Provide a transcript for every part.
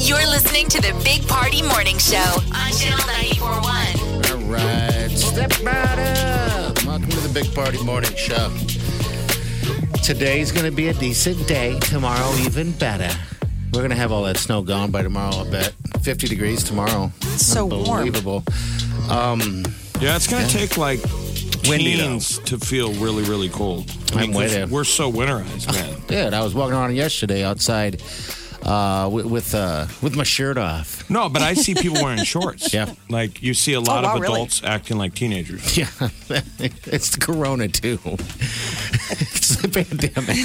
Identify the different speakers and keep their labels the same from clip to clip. Speaker 1: You're listening to the Big Party Morning Show on Channel 941.
Speaker 2: All right, step right up. Welcome to the Big Party Morning Show. Today's going to be a decent day. Tomorrow, even better. We're going to have all that snow gone by tomorrow, I bet. 50 degrees tomorrow.
Speaker 3: so warm.
Speaker 2: Unbelievable. Um,
Speaker 4: Yeah, it's gonna take like
Speaker 2: Windy, though.
Speaker 4: teens to feel really, really cold.
Speaker 2: I'm with
Speaker 4: 'cause
Speaker 2: you.
Speaker 4: We're so winterized, man.
Speaker 2: dude, I was walking around yesterday outside uh, wi- with uh, with my shirt off.
Speaker 4: No, but I see people wearing shorts.
Speaker 2: Yeah.
Speaker 4: like you see a lot
Speaker 3: Oh, wow,
Speaker 4: of
Speaker 3: really?
Speaker 4: adults acting like teenagers.
Speaker 2: Yeah, it's the corona, too. it's the pandemic.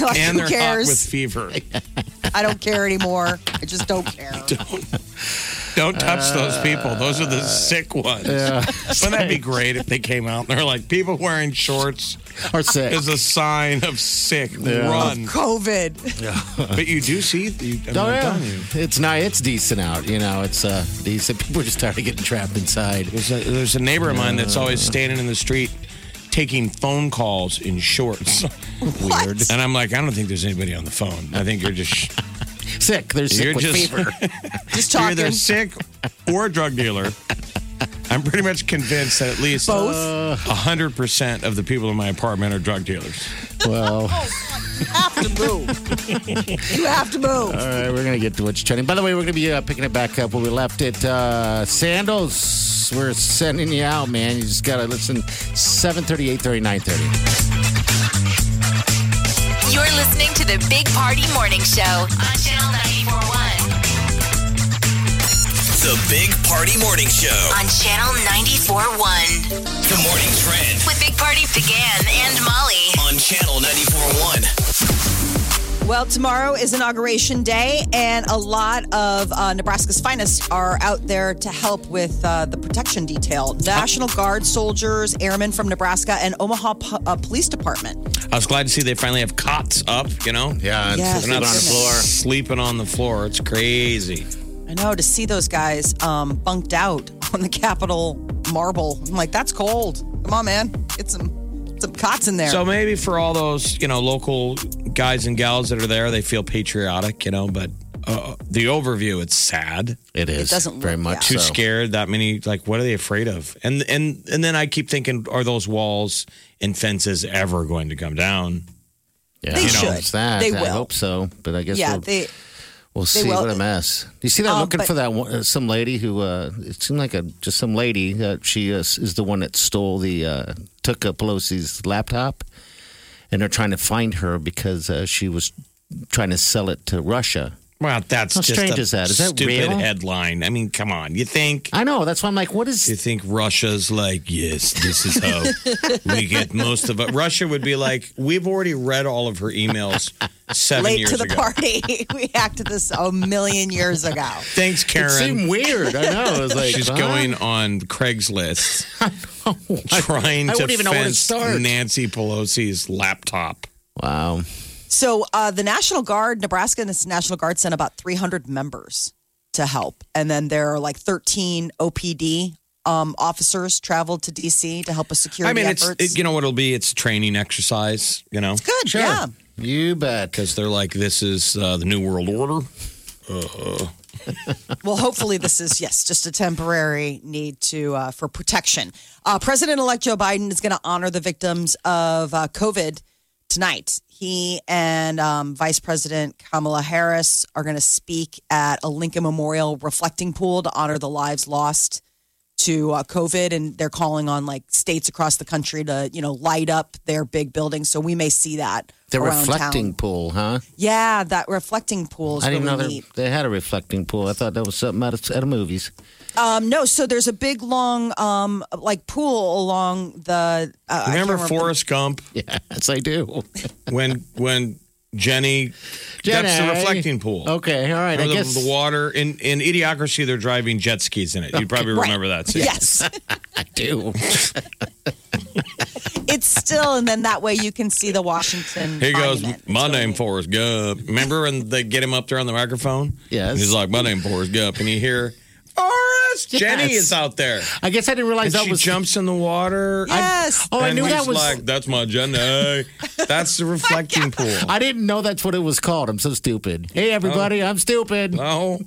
Speaker 3: Like,
Speaker 4: And they're
Speaker 3: who cares?
Speaker 4: hot with fever.
Speaker 3: I don't care anymore. I just don't care.
Speaker 4: Don't touch those people. Those are the sick ones. Wouldn't that be great if they came out and they're like, people wearing shorts
Speaker 2: Or sick.
Speaker 4: is a sign of sick. Run.
Speaker 3: COVID.
Speaker 4: But you do see, you, I mean,
Speaker 2: Oh,
Speaker 4: I'm
Speaker 2: yeah.
Speaker 4: telling you.
Speaker 2: It's not. It's decent out. You know, it's uh, decent. People are just tired of getting trapped inside.
Speaker 4: There's a, there's a neighbor of mine that's always standing in the street taking phone calls in shorts.
Speaker 2: Weird.
Speaker 4: And I'm like, I don't think there's anybody on the phone. I think you're just
Speaker 2: Sick. They're sick
Speaker 4: You're
Speaker 2: with
Speaker 4: just-
Speaker 2: fever.
Speaker 3: Just
Speaker 4: you're
Speaker 3: talking.
Speaker 4: either sick or a drug dealer. I'm pretty much convinced that at least
Speaker 3: Both.
Speaker 4: hundred percent of the people in my apartment are drug dealers.
Speaker 2: well, all
Speaker 3: You have to move. you have to move.
Speaker 2: right. We're gonna get to what's trending. By the way, we're gonna be uh, picking it back up where we left it. Uh, Sandals, we're sending you out, man. You just gotta listen. 7:30, 8:30, 9:30.
Speaker 1: You're listening to the Big Party Morning Show on Channel 941.
Speaker 5: The Big Party Morning Show.
Speaker 1: On Channel 941
Speaker 5: The Morning Trend
Speaker 1: with Big Party began and Molly.
Speaker 5: on Channel 94.1.
Speaker 3: Well, tomorrow is inauguration day, and a lot of uh, Nebraska's finest are out there to help with uh, the protection detail. National Guard soldiers, airmen from Nebraska, and Omaha po- uh, Police Department.
Speaker 4: I was glad to see they finally have cots up. You know,
Speaker 2: Yeah. and
Speaker 3: Yes.
Speaker 4: They're not
Speaker 2: sleeping on the
Speaker 3: Goodness.
Speaker 2: floor.
Speaker 4: sleeping on the floor. It's crazy.
Speaker 3: I know to see those guys um, bunked out on the Capitol marble. I'm like, that's cold. Come on, man, get some some cots in there.
Speaker 4: So maybe for all those you know local guys and gals that are there, they feel patriotic. You know, but uh, the overview, it's sad.
Speaker 2: It is.
Speaker 3: doesn't
Speaker 2: very
Speaker 3: look-
Speaker 2: much
Speaker 4: too
Speaker 2: so.
Speaker 4: scared that many like what are they afraid of and and and then i keep thinking are those walls and fences ever going to come down
Speaker 2: Yeah.
Speaker 3: They
Speaker 2: you know,
Speaker 3: should.
Speaker 2: it's that.
Speaker 3: They
Speaker 2: I
Speaker 3: will.
Speaker 2: hope so, but I guess
Speaker 3: yeah,
Speaker 2: we'll,
Speaker 3: they.
Speaker 2: We'll see
Speaker 3: will.
Speaker 2: what a mess. You see that
Speaker 3: Um,
Speaker 2: looking
Speaker 3: but-
Speaker 2: for that one, uh, some lady who uh, it seemed like a just some lady. Uh, she is, is the one that stole the uh, took uh, Pelosi's laptop, and they're trying to find her because uh, she was trying to sell it to Russia.
Speaker 4: well that's
Speaker 2: How
Speaker 4: just
Speaker 2: strange
Speaker 4: a
Speaker 2: is that? Is that
Speaker 4: stupid
Speaker 2: real?
Speaker 4: headline i mean come on you think
Speaker 2: I know. That's why I'm like, what is?
Speaker 4: you think russia's like yes this is how we get most of it russia would be like we've already read all of her emails seven
Speaker 3: Late
Speaker 4: years
Speaker 3: to the
Speaker 4: ago
Speaker 3: party. we acted this a million years ago.
Speaker 4: thanks
Speaker 2: it
Speaker 4: karen
Speaker 2: seemed weird. I know. It was like
Speaker 4: She's
Speaker 2: huh?
Speaker 4: going on Craigslist trying
Speaker 2: I
Speaker 4: to
Speaker 2: wouldn't even know where to
Speaker 4: fence
Speaker 2: start.
Speaker 4: Nancy Pelosi's laptop.
Speaker 2: Wow.
Speaker 3: So uh, the National Guard, Nebraska and its National Guard sent about 300 members to help. And then there are like 13 OPD um, officers traveled to D.C. to help with security
Speaker 4: I mean, it's
Speaker 3: efforts.
Speaker 4: it, you know what it'll be. It's training exercise. You know,
Speaker 3: Good, yeah.
Speaker 2: You bet.
Speaker 4: because they're like, this is uh, the new world order.
Speaker 3: Well, hopefully this is, yes, just a temporary need to uh, for protection. Uh, President-elect Joe Biden is going to honor the victims of uh, COVID tonight. He and um, Vice President Kamala Harris are going to speak at a Lincoln Memorial reflecting pool to honor the lives lost to uh, COVID, and they're calling on like states across the country to you know light up their big buildings. So we may see that
Speaker 2: The
Speaker 3: around
Speaker 2: reflecting
Speaker 3: Town.
Speaker 2: pool, huh?
Speaker 3: Yeah, that reflecting pool. Is
Speaker 2: I didn't
Speaker 3: really
Speaker 2: know they,
Speaker 3: neat.
Speaker 2: they had a reflecting pool. I thought that was something out of, out of movies.
Speaker 3: Um, no, so there's a big long, um, like pool along the. Uh, I
Speaker 4: Remember
Speaker 3: can't
Speaker 4: Forrest Gump
Speaker 2: Yes, I do.
Speaker 4: when when Jenny, that's the
Speaker 2: Jenny.
Speaker 4: reflecting pool.
Speaker 2: Okay, all right. I
Speaker 4: Remember the,
Speaker 2: guess
Speaker 4: the water in in Idiocracy, they're driving jet skis in it. You probably remember that. Scene.
Speaker 3: Yes.
Speaker 2: I do.
Speaker 3: it's still, and then that way you can see the Washington.
Speaker 4: He goes,
Speaker 3: Monument.
Speaker 4: my name Forrest Gump. Remember when they get him up there on the microphone?
Speaker 2: Yes.
Speaker 4: And he's like, my name Forrest Gump, and you hear Forrest. Jenny
Speaker 2: Yes.
Speaker 4: is out there.
Speaker 2: I guess I didn't realize
Speaker 4: And
Speaker 2: that
Speaker 4: she
Speaker 2: was.
Speaker 4: jumps in the water.
Speaker 3: Yes.
Speaker 2: oh, I
Speaker 4: And
Speaker 2: knew
Speaker 4: he's
Speaker 2: that was. Oh
Speaker 4: like that's my Jenny. That's the reflecting pool.
Speaker 2: I didn't know that's what it was called. I'm so stupid. Hey, everybody,
Speaker 4: Oh.
Speaker 2: I'm stupid.
Speaker 4: No,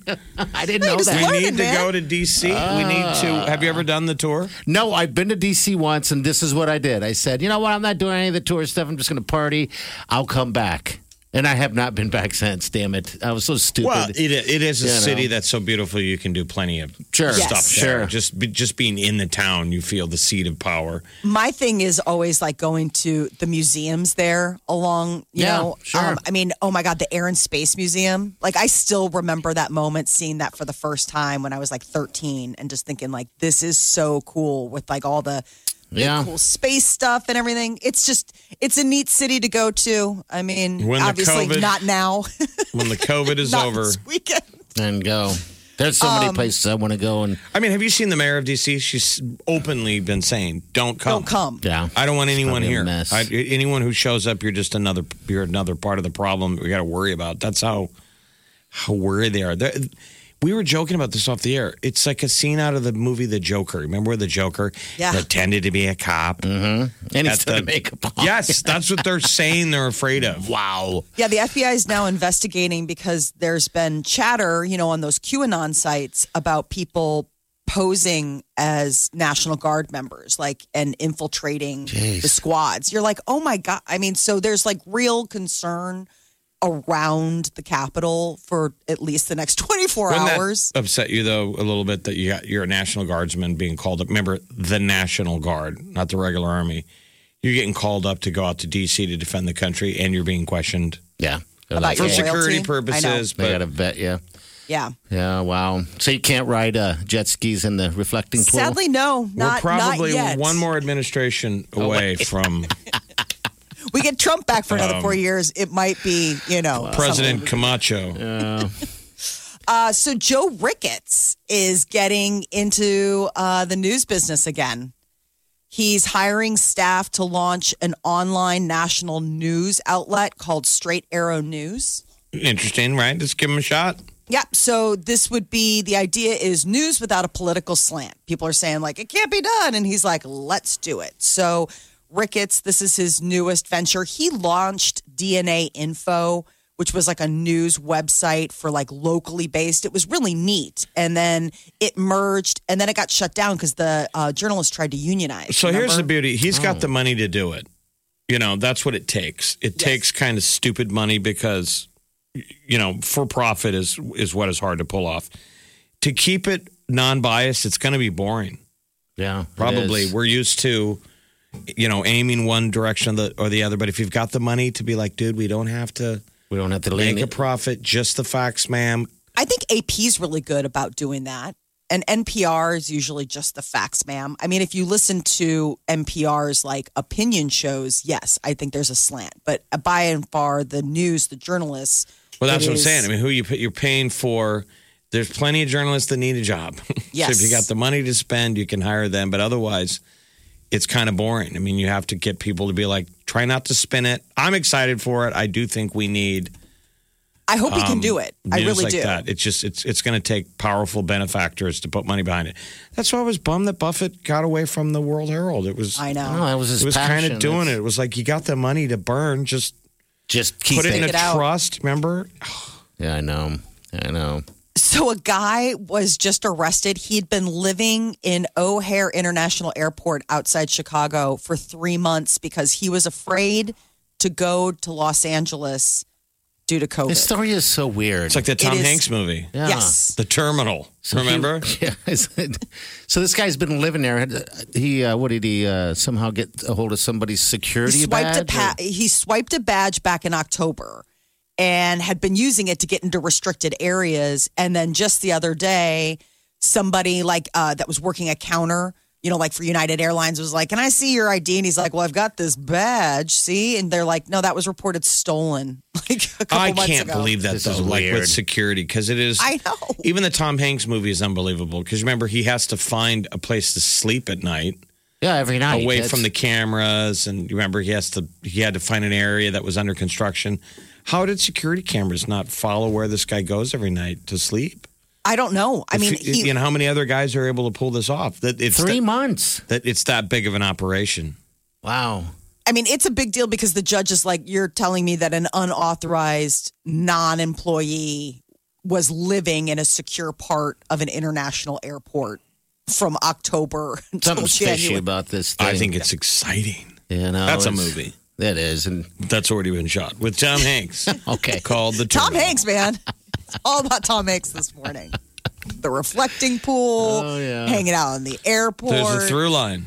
Speaker 2: I didn't know
Speaker 3: just
Speaker 2: that.
Speaker 4: we
Speaker 3: Learning,
Speaker 4: need to
Speaker 3: man.
Speaker 4: go to DC. we need
Speaker 2: Ah.
Speaker 4: to. Have you ever done the tour?
Speaker 2: No, I've been to DC once, and this is what I did. I said, you know what? I'm not doing any of the tour stuff. I'm just going to party. I'll come back. And I have not been back since. Damn it. I was so stupid.
Speaker 4: Well, it, it is a
Speaker 2: You know.
Speaker 4: city that's so beautiful. You can do plenty of
Speaker 2: Sure.
Speaker 4: stuff.
Speaker 3: Yes.
Speaker 4: there.
Speaker 2: Sure.
Speaker 4: just be- just being in the town, you feel the seat of power.
Speaker 3: my thing is always like going to the museums there along you
Speaker 2: Yeah,
Speaker 3: know
Speaker 2: sure.
Speaker 3: i mean oh my god the air and space museum like i still remember that moment seeing that for the first time when i was like 13 and just thinking like this is so cool with like all the the
Speaker 2: Yeah.
Speaker 3: cool space stuff and everything it's just it's a neat city to go to i mean
Speaker 4: When the
Speaker 3: obviously
Speaker 4: COVID
Speaker 3: not now
Speaker 4: When the COVID is
Speaker 3: not
Speaker 4: over,
Speaker 3: this weekend
Speaker 2: and go. There's so
Speaker 3: Um,
Speaker 2: many places I want to go. And
Speaker 4: I mean, have you seen the mayor of DC? She's openly been saying, "Don't come,
Speaker 3: don't come
Speaker 2: yeah.
Speaker 4: I don't want anyone
Speaker 2: probably a
Speaker 4: here.
Speaker 2: mess.
Speaker 4: I, anyone who shows up, you're just another you're another part of the problem. that We got to worry about. That's how how worried they are. They're, we were joking about this off the air. It's like a scene out of the movie The Joker. Remember the Joker
Speaker 3: Yeah.
Speaker 4: pretended to be a cop?
Speaker 2: Mm. and he's
Speaker 4: At
Speaker 2: going
Speaker 4: the-
Speaker 2: to make a
Speaker 4: Yes, that's what they're saying. They're afraid of.
Speaker 2: Wow.
Speaker 3: Yeah, the FBI is now investigating because there's been chatter, you know, on those QAnon sites about people posing as National Guard members, like, and infiltrating the squads. You're like, oh my God. I mean, so there's like real concern around the Capitol for at least the next 24
Speaker 4: Wouldn't that
Speaker 3: hours.
Speaker 4: upset you though a little bit that you got, you're a National Guardsman being called up. Remember the National Guard, not the regular army. You're getting called up to go out to D.C. to defend the country, and you're being questioned
Speaker 2: Yeah. They're
Speaker 3: About
Speaker 2: like,
Speaker 4: for
Speaker 3: your
Speaker 2: yeah,
Speaker 4: security
Speaker 3: Loyalty?
Speaker 4: purposes.
Speaker 2: they got
Speaker 4: But
Speaker 2: a vet. Yeah.
Speaker 3: yeah.
Speaker 2: Yeah. Wow. So you can't ride uh, jet skis in the reflecting pool?
Speaker 3: Sadly, no,
Speaker 4: we're
Speaker 3: not,
Speaker 4: probably
Speaker 3: not yet.
Speaker 4: one more administration away from
Speaker 3: We get Trump back for another four years. It might be, you know,
Speaker 4: Um, President Camacho.
Speaker 3: Uh, so Joe Ricketts is getting into uh, the news business again. He's hiring staff to launch an online national news outlet called Straight Arrow News.
Speaker 4: Interesting, right? Let's give him a shot.
Speaker 3: Yep. So this would be the idea is news without a political slant. People are saying like it can't be done, and he's like, let's do it. So Ricketts, this is his newest venture. He launched DNA Info, which was like a news website for like locally based. It was really neat, and then it merged, and then it got shut down because the uh, journalists tried to unionize.
Speaker 4: So here's the
Speaker 3: remember?
Speaker 4: beauty. He's got the money to do it. You know, that's what it takes. It takes kind of stupid money because y- you know, for profit is is what is hard to pull off. To keep it non-biased, it's going to be boring.
Speaker 2: Yeah. it
Speaker 4: Probably
Speaker 2: is.
Speaker 4: we're used to you know, aiming one direction or the, or the other, but if you've got the money to be like, dude, we don't have to
Speaker 2: We don't have to lean
Speaker 4: make a profit, just the facts, ma'am.
Speaker 3: I think AP's really good about doing that. And NPR is usually just the facts, ma'am. I mean, if you listen to NPR's like opinion shows, yes, I think there's a slant. But uh, by and far, the news, the journalists.
Speaker 4: Well, that's
Speaker 3: it
Speaker 4: what I'm
Speaker 3: is-
Speaker 4: saying. I mean, who you pay- you're paying for? There's plenty of journalists that need a job. so if
Speaker 3: Yes.
Speaker 4: you got the money to spend, you can hire them. But otherwise, it's kind of boring. I mean, you have to get people to be like, try not to spin it. I'm excited for it. I do think we need.
Speaker 3: I hope he can
Speaker 4: um,
Speaker 3: do it. I
Speaker 4: news
Speaker 3: really
Speaker 4: like
Speaker 3: do.
Speaker 4: That. It's just it's it's going to take powerful benefactors to put money behind it. That's why I was bummed that Buffett got away from the World Herald. It was
Speaker 3: I
Speaker 2: No,
Speaker 3: know.
Speaker 2: Oh, that was his
Speaker 4: it was kind
Speaker 2: passion.
Speaker 4: of doing it.
Speaker 2: That's-
Speaker 4: It was like you got the money to burn, just
Speaker 2: Just keep
Speaker 4: put it in a
Speaker 3: it out.
Speaker 4: trust. Remember,
Speaker 2: yeah, I know. I know.
Speaker 3: So a guy was just arrested. He'd been living in O'Hare International Airport outside Chicago for three months because he was afraid to go to Los Angeles due to COVID.
Speaker 2: This story is so weird.
Speaker 4: it's like the Tom
Speaker 3: is-
Speaker 4: Hanks movie.
Speaker 2: yeah.
Speaker 3: Yes.
Speaker 4: The terminal. remember?
Speaker 2: Yeah. so this guy's been living there. Had- He, uh, what did he uh, somehow get a hold of somebody's security
Speaker 3: he swiped a
Speaker 2: badge
Speaker 3: pa-
Speaker 2: or-
Speaker 3: he swiped a badge back in October and had been using it to get into restricted areas and then just the other day somebody like uh, that was working a counter you know, like for United Airlines was like, Can I see your ID? And he's like, Well, I've got this badge, see? And they're like, No, that was reported stolen like a couple
Speaker 4: I
Speaker 3: months
Speaker 4: can't
Speaker 3: ago.
Speaker 4: believe that
Speaker 2: This
Speaker 4: though.
Speaker 2: is
Speaker 4: Like with
Speaker 2: weird.
Speaker 4: security, because it is.
Speaker 3: I know.
Speaker 4: Even the Tom Hanks movie is unbelievable. Because remember, he has to find a place to sleep at night,
Speaker 2: Yeah, every night.
Speaker 4: away
Speaker 2: That's-
Speaker 4: from the cameras, and you remember he has to he had to find an area that was under construction. How did security cameras not follow where this guy goes every night to sleep?
Speaker 3: I don't know. I
Speaker 4: If
Speaker 3: mean,
Speaker 4: you,
Speaker 3: he,
Speaker 4: you know how many other guys are able to pull this off? That it's
Speaker 2: three
Speaker 4: that,
Speaker 2: months.
Speaker 4: that it's that big of an operation.
Speaker 2: Wow.
Speaker 3: I mean, it's a big deal because the judge is like, you're telling me that an unauthorized non employee was living in a secure part of an international airport from October until
Speaker 2: Something's fishy
Speaker 3: January.
Speaker 2: about this thing.
Speaker 4: I think it's exciting.
Speaker 2: you know,
Speaker 4: That's a
Speaker 2: it's-
Speaker 4: movie
Speaker 2: It is. And
Speaker 4: that's already been shot with Tom Hanks.
Speaker 2: okay.
Speaker 4: called the
Speaker 3: Tom
Speaker 4: Terminal.
Speaker 3: Hanks, man. It's all about Tom Hanks this morning. The reflecting pool,
Speaker 2: Oh, yeah.
Speaker 3: hanging out in the airport.
Speaker 4: There's a through line.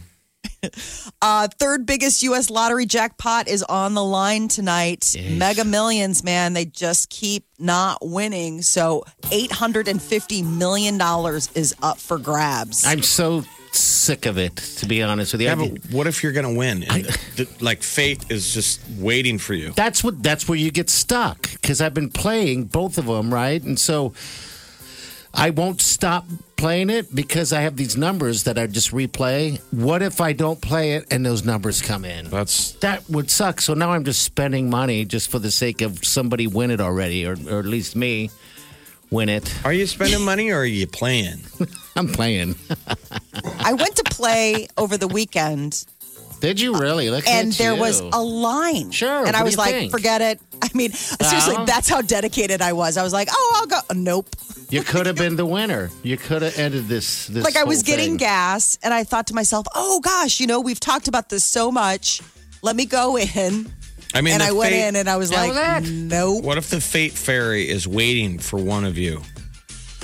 Speaker 3: Uh, third biggest U.S. lottery jackpot is on the line tonight. Mega Millions, man, they just keep not winning. So eight hundred and fifty million dollars is up for grabs.
Speaker 2: I'm so sick of it, to be honest with you.
Speaker 4: Yeah,
Speaker 2: I mean,
Speaker 4: but what if you're going to win? And th- like fate is just waiting for you.
Speaker 2: that's what that's where you get stuck because I've been playing both of them right, and so I won't stop playing it because I have these numbers that I just replay. What if I don't play it and those numbers come in?
Speaker 4: That's
Speaker 2: That would suck. So now I'm just spending money just for the sake of somebody win it already, or, or at least me win it.
Speaker 4: are you spending money or are you playing?
Speaker 2: I'm playing.
Speaker 3: I went to play over the weekend,
Speaker 2: Did you really? Look
Speaker 3: and
Speaker 2: at
Speaker 3: there
Speaker 2: you.
Speaker 3: was a line.
Speaker 2: Sure,
Speaker 3: and I
Speaker 2: what do
Speaker 3: was
Speaker 2: you
Speaker 3: like,
Speaker 2: think?
Speaker 3: forget it. I mean, seriously,
Speaker 2: Well?
Speaker 3: that's how dedicated I was. I was like, oh, I'll go. Nope.
Speaker 2: You could have been the winner. You could have ended this. this
Speaker 3: like I was
Speaker 2: whole
Speaker 3: getting
Speaker 2: thing.
Speaker 3: gas and I thought to myself, "Oh gosh, you know, we've talked about this so much. Let me go in."
Speaker 4: I mean,
Speaker 3: And
Speaker 4: the
Speaker 3: I went
Speaker 4: fate-
Speaker 3: in and I was
Speaker 2: That
Speaker 3: like,
Speaker 2: was it.
Speaker 3: "Nope."
Speaker 4: What if the fate fairy is waiting for one of you?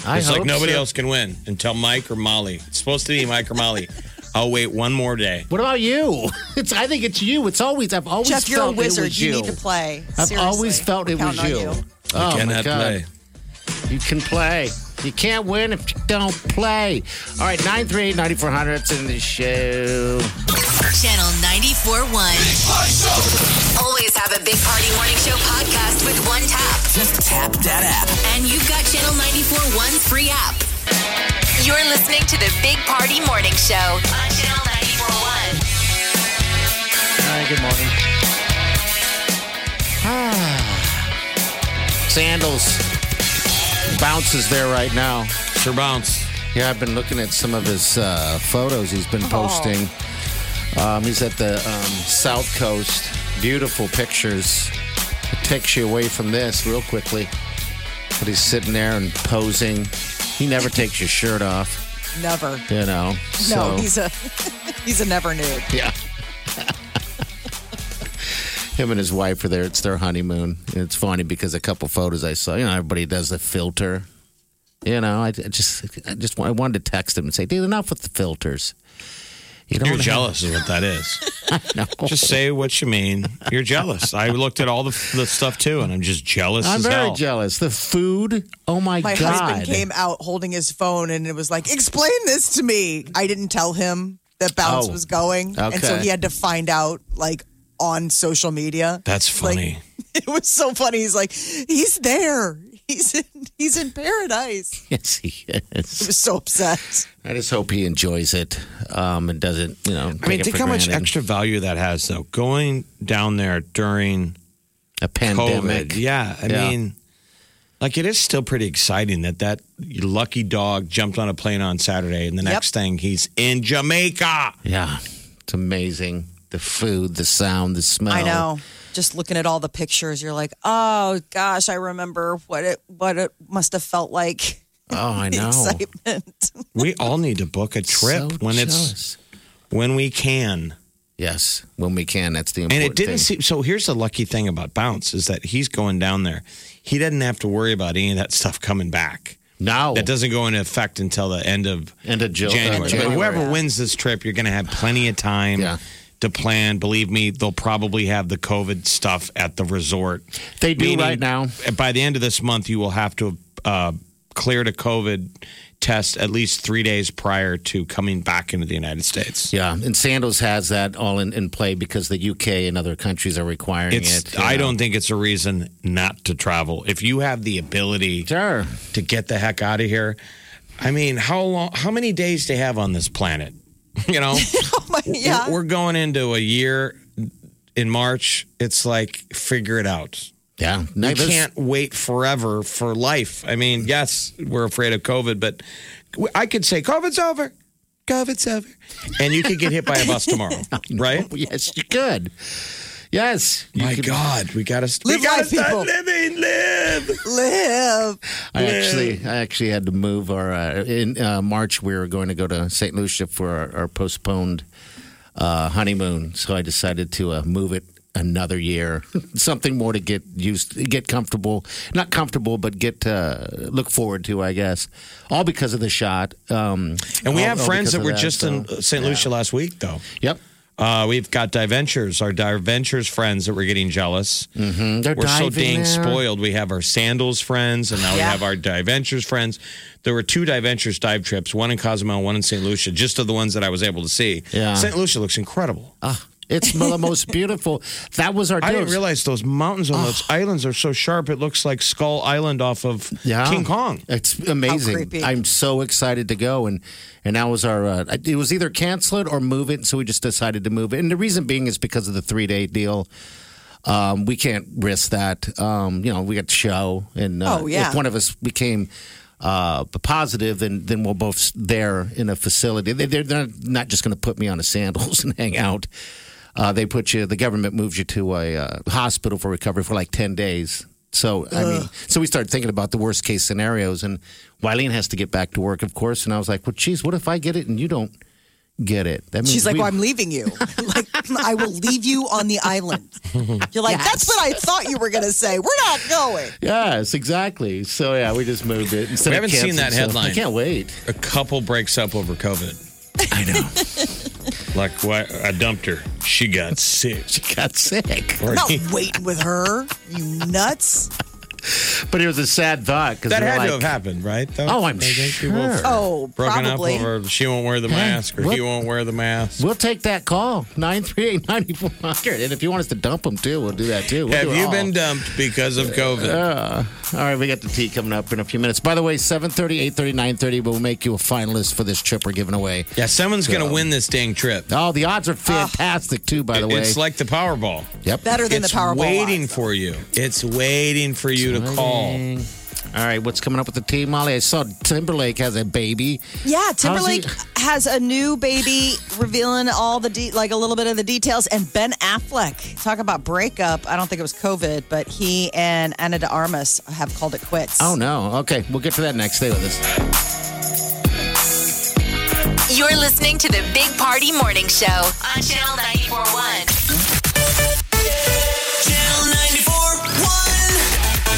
Speaker 2: I
Speaker 4: It's like
Speaker 2: hope
Speaker 4: nobody
Speaker 2: so.
Speaker 4: else can win until Mike or Molly. It's supposed to be Mike or Molly. I'll wait one more day.
Speaker 2: What about you? It's. I think it's you. It's always. I've always
Speaker 3: Jeff, you're a
Speaker 2: felt it
Speaker 3: wizard.
Speaker 2: was
Speaker 3: You.
Speaker 2: you.
Speaker 3: need to play.
Speaker 2: I've
Speaker 3: Seriously.
Speaker 2: always felt it
Speaker 3: We're
Speaker 2: was you.
Speaker 3: counting on
Speaker 2: Oh my
Speaker 4: Cannot
Speaker 2: God.
Speaker 4: play.
Speaker 2: You can play. You can't win if you don't play. All right, 938-9400. It's in the show.
Speaker 1: Channel 94.1. Always have a Big Party Morning Show podcast with one tap.
Speaker 5: Just tap that app.
Speaker 1: And you've got Channel 94.1's free app. You're listening to the Big Party Morning Show on Channel 94.1.
Speaker 2: Hi, good morning. Ah, Sandals bounces there right now.
Speaker 4: Sir Bounce.
Speaker 2: Yeah, I've been looking at some of his uh, photos he's been
Speaker 3: Oh.
Speaker 2: posting. Um, he's at the um, South Coast. Beautiful pictures. It takes you away from this real quickly. But he's sitting there and posing. He never takes his shirt off,
Speaker 3: you. Never.
Speaker 2: you know. so,
Speaker 3: No, he's a he's a never nude.
Speaker 2: yeah. Him and his wife are there. It's their honeymoon. And it's funny because a couple photos I saw, you know, everybody does the filter. You know, I, I just, I just, I wanted to text him and say, dude, enough with the filters. You don't
Speaker 4: You're
Speaker 2: have-
Speaker 4: jealous is what that is.
Speaker 2: No.
Speaker 4: Just say what you mean. You're jealous. I looked at all the, the stuff too, and I'm just jealous
Speaker 2: I'm
Speaker 4: as
Speaker 2: very
Speaker 4: hell.
Speaker 2: jealous. The food. Oh my,
Speaker 3: My
Speaker 2: god.
Speaker 3: husband came out holding his phone and it was like, "Explain this to me." I didn't tell him that bounce
Speaker 2: Oh.
Speaker 3: was going, and so
Speaker 2: Okay.
Speaker 3: he had to find out like on social media.
Speaker 4: That's
Speaker 3: Like,
Speaker 4: funny.
Speaker 3: it was so funny. He's like, "He's there. He's in he's in paradise."
Speaker 2: Yes, he is.
Speaker 3: was so upset.
Speaker 2: I just hope he enjoys it um, and doesn't, you know.
Speaker 4: I mean,
Speaker 2: take it
Speaker 4: think
Speaker 2: for
Speaker 4: how much
Speaker 2: granted.
Speaker 4: extra value that has, though. Going down there during
Speaker 2: a pandemic.
Speaker 4: COVID. Yeah. I
Speaker 2: Yeah.
Speaker 4: mean, like it is still pretty exciting that that lucky dog jumped on a plane on Saturday, and the
Speaker 3: Yep.
Speaker 4: next thing he's in Jamaica.
Speaker 2: Yeah, it's amazing. The food, the sound, the smell.
Speaker 4: Oh.
Speaker 3: I know. Just looking at all the pictures, you're like, oh gosh, I remember what it what it must have felt like.
Speaker 2: Oh, I
Speaker 3: The
Speaker 2: know.
Speaker 3: excitement.
Speaker 4: We all need to book a trip
Speaker 2: So
Speaker 4: when it's
Speaker 2: jealous.
Speaker 4: when we can.
Speaker 2: yes, when we can. That's the
Speaker 4: And
Speaker 2: important
Speaker 4: it didn't seem
Speaker 2: thing.
Speaker 4: so. Here's the lucky thing about Bounce is that he's going down there. He doesn't have to worry about any of that stuff coming back.
Speaker 2: no.
Speaker 4: That doesn't go into effect until the end of
Speaker 2: Oh. End of Ju- uh,
Speaker 4: January.
Speaker 2: January.
Speaker 4: But whoever wins this trip, you're going to have plenty of time
Speaker 2: Yeah.
Speaker 4: to plan. Believe me, they'll probably have the COVID stuff at the resort.
Speaker 2: They do
Speaker 4: Meaning,
Speaker 2: right now.
Speaker 4: By the end of this month, you will have to have uh, cleared a COVID test at least three days prior to coming back into the United States.
Speaker 2: Yeah, and Sandoz has that all in, in play because the UK and other countries are requiring
Speaker 4: It's,
Speaker 2: it. you
Speaker 4: I
Speaker 2: know.
Speaker 4: don't think it's a reason not to travel. If you have the ability
Speaker 2: Sure.
Speaker 4: to get the heck out of here, I mean, how long, how many days do they have on this planet? You know,
Speaker 3: yeah.
Speaker 4: we're going into a year in March. It's like, figure it out.
Speaker 2: Yeah. No,
Speaker 4: We
Speaker 2: there's-
Speaker 4: can't wait forever for life. I mean, yes, we're afraid of COVID, but I could say COVID's over. COVID's over. And you could get hit by a bus tomorrow, right?
Speaker 2: Yes, you could. Yes. You
Speaker 4: My
Speaker 2: could-
Speaker 4: God, we got to
Speaker 3: Live
Speaker 4: we gotta
Speaker 3: life, people.
Speaker 4: start living, live.
Speaker 3: Live.
Speaker 2: I actually, I actually had to move. Our uh, in uh, March, we were going to go to St. Lucia for our, our postponed uh, honeymoon, so I decided to uh, move it another year. Something more to get used, get comfortable, not comfortable, but get uh, look forward to, I guess. All because of the shot. Um,
Speaker 4: And we
Speaker 2: all-
Speaker 4: have
Speaker 2: all
Speaker 4: friends
Speaker 2: because
Speaker 4: that
Speaker 2: of
Speaker 4: were just
Speaker 2: so-
Speaker 4: in St. Lucia last week, though.
Speaker 2: Yep.
Speaker 4: Uh, we've got Diventures, our Diventures friends that were getting jealous.
Speaker 2: Mm, They're
Speaker 4: We're so
Speaker 2: diving
Speaker 4: dang
Speaker 2: there.
Speaker 4: spoiled. We have our sandals friends, and now we
Speaker 3: Yeah.
Speaker 4: have our Diventures friends. There were two Diventures dive trips, one in Cozumel, one in St. Lucia, just of the ones that I was able to see.
Speaker 2: Yeah.
Speaker 4: St. Lucia looks incredible.
Speaker 3: Uh,
Speaker 2: Ah, it's one of the most beautiful. That was our.
Speaker 4: I didn't
Speaker 2: deal.
Speaker 4: realize those mountains on those islands are so sharp. It looks like Skull Island off of
Speaker 2: Yeah.
Speaker 4: King Kong.
Speaker 2: It's amazing.
Speaker 3: creepy.
Speaker 2: I'm so excited to go, and and that was our. Uh, it was either cancel it or move it, so we just decided to move it. And the reason being is because of the three day deal. Um, we can't risk that. Um, you know, we got the show, and uh,
Speaker 3: Oh, yeah.
Speaker 2: if one of us became uh, positive, then then we're both there in a facility. They, they're they're not just going to put me on a sandals and hang out. Uh, they put you. The government moves you to a uh, hospital for recovery for like ten days. So I mean, so we started thinking about the worst case scenarios, and Wileen has to get back to work, of course. And I was like, well, geez, what if I get it and you don't get it? That means
Speaker 3: She's like,
Speaker 2: we-
Speaker 3: well, I'm leaving you. like, I will leave you on the island. You're like, that's what I thought you were going to say. We're not going.
Speaker 2: yes, exactly. So yeah, we just moved it.
Speaker 4: We
Speaker 2: Instead of
Speaker 4: haven't seen
Speaker 2: canceling,
Speaker 4: that
Speaker 2: so
Speaker 4: headline.
Speaker 2: I can't wait.
Speaker 4: A couple breaks up over COVID.
Speaker 2: I know.
Speaker 4: Like, why I dumped her. She got sick.
Speaker 2: Got sick,
Speaker 3: I'm not waiting with her. You nuts.
Speaker 2: but it was a sad thought because
Speaker 4: That
Speaker 2: we were
Speaker 4: had
Speaker 2: like,
Speaker 4: to have happened, right? Though?
Speaker 2: Oh, I'm
Speaker 4: I think
Speaker 2: sure.
Speaker 4: people have
Speaker 3: Oh,
Speaker 4: Broken
Speaker 3: probably.
Speaker 4: up over she won't wear the
Speaker 2: Hey,
Speaker 4: mask or
Speaker 2: what-
Speaker 4: he won't wear the mask.
Speaker 2: We'll take that call 938-9400. and if you want us to dump them too, we'll do that too. We'll do Uh,
Speaker 4: Have
Speaker 2: it
Speaker 4: you
Speaker 2: all.
Speaker 4: been dumped because of COVID?
Speaker 2: All right, we got the tea coming up in a few minutes. By the way, 7.30, 8.30, 9.30 will make you a finalist for this trip we're giving away.
Speaker 4: yeah, someone's going to win this dang trip.
Speaker 2: Oh, the odds are
Speaker 3: Ah.
Speaker 2: fantastic, too, by the way.
Speaker 4: It's like the Powerball.
Speaker 2: yep.
Speaker 3: Better than
Speaker 4: it's
Speaker 3: the Powerball.
Speaker 4: waiting
Speaker 3: odds.
Speaker 4: for you. It's waiting for you to call.
Speaker 2: All right, what's coming up with the tea, Molly? I saw Timberlake has a baby.
Speaker 3: Yeah,
Speaker 2: he-
Speaker 3: Timberlake has a new baby, revealing all the de- like a little bit of the details. And Ben Affleck, talk about breakup. I don't think it was COVID, but he and Anna de Armas have called it quits.
Speaker 2: Oh, no. Okay, we'll get to that next. Stay with us.
Speaker 1: You're listening to the Big Party Morning Show on Channel 941.
Speaker 5: Channel 94.1.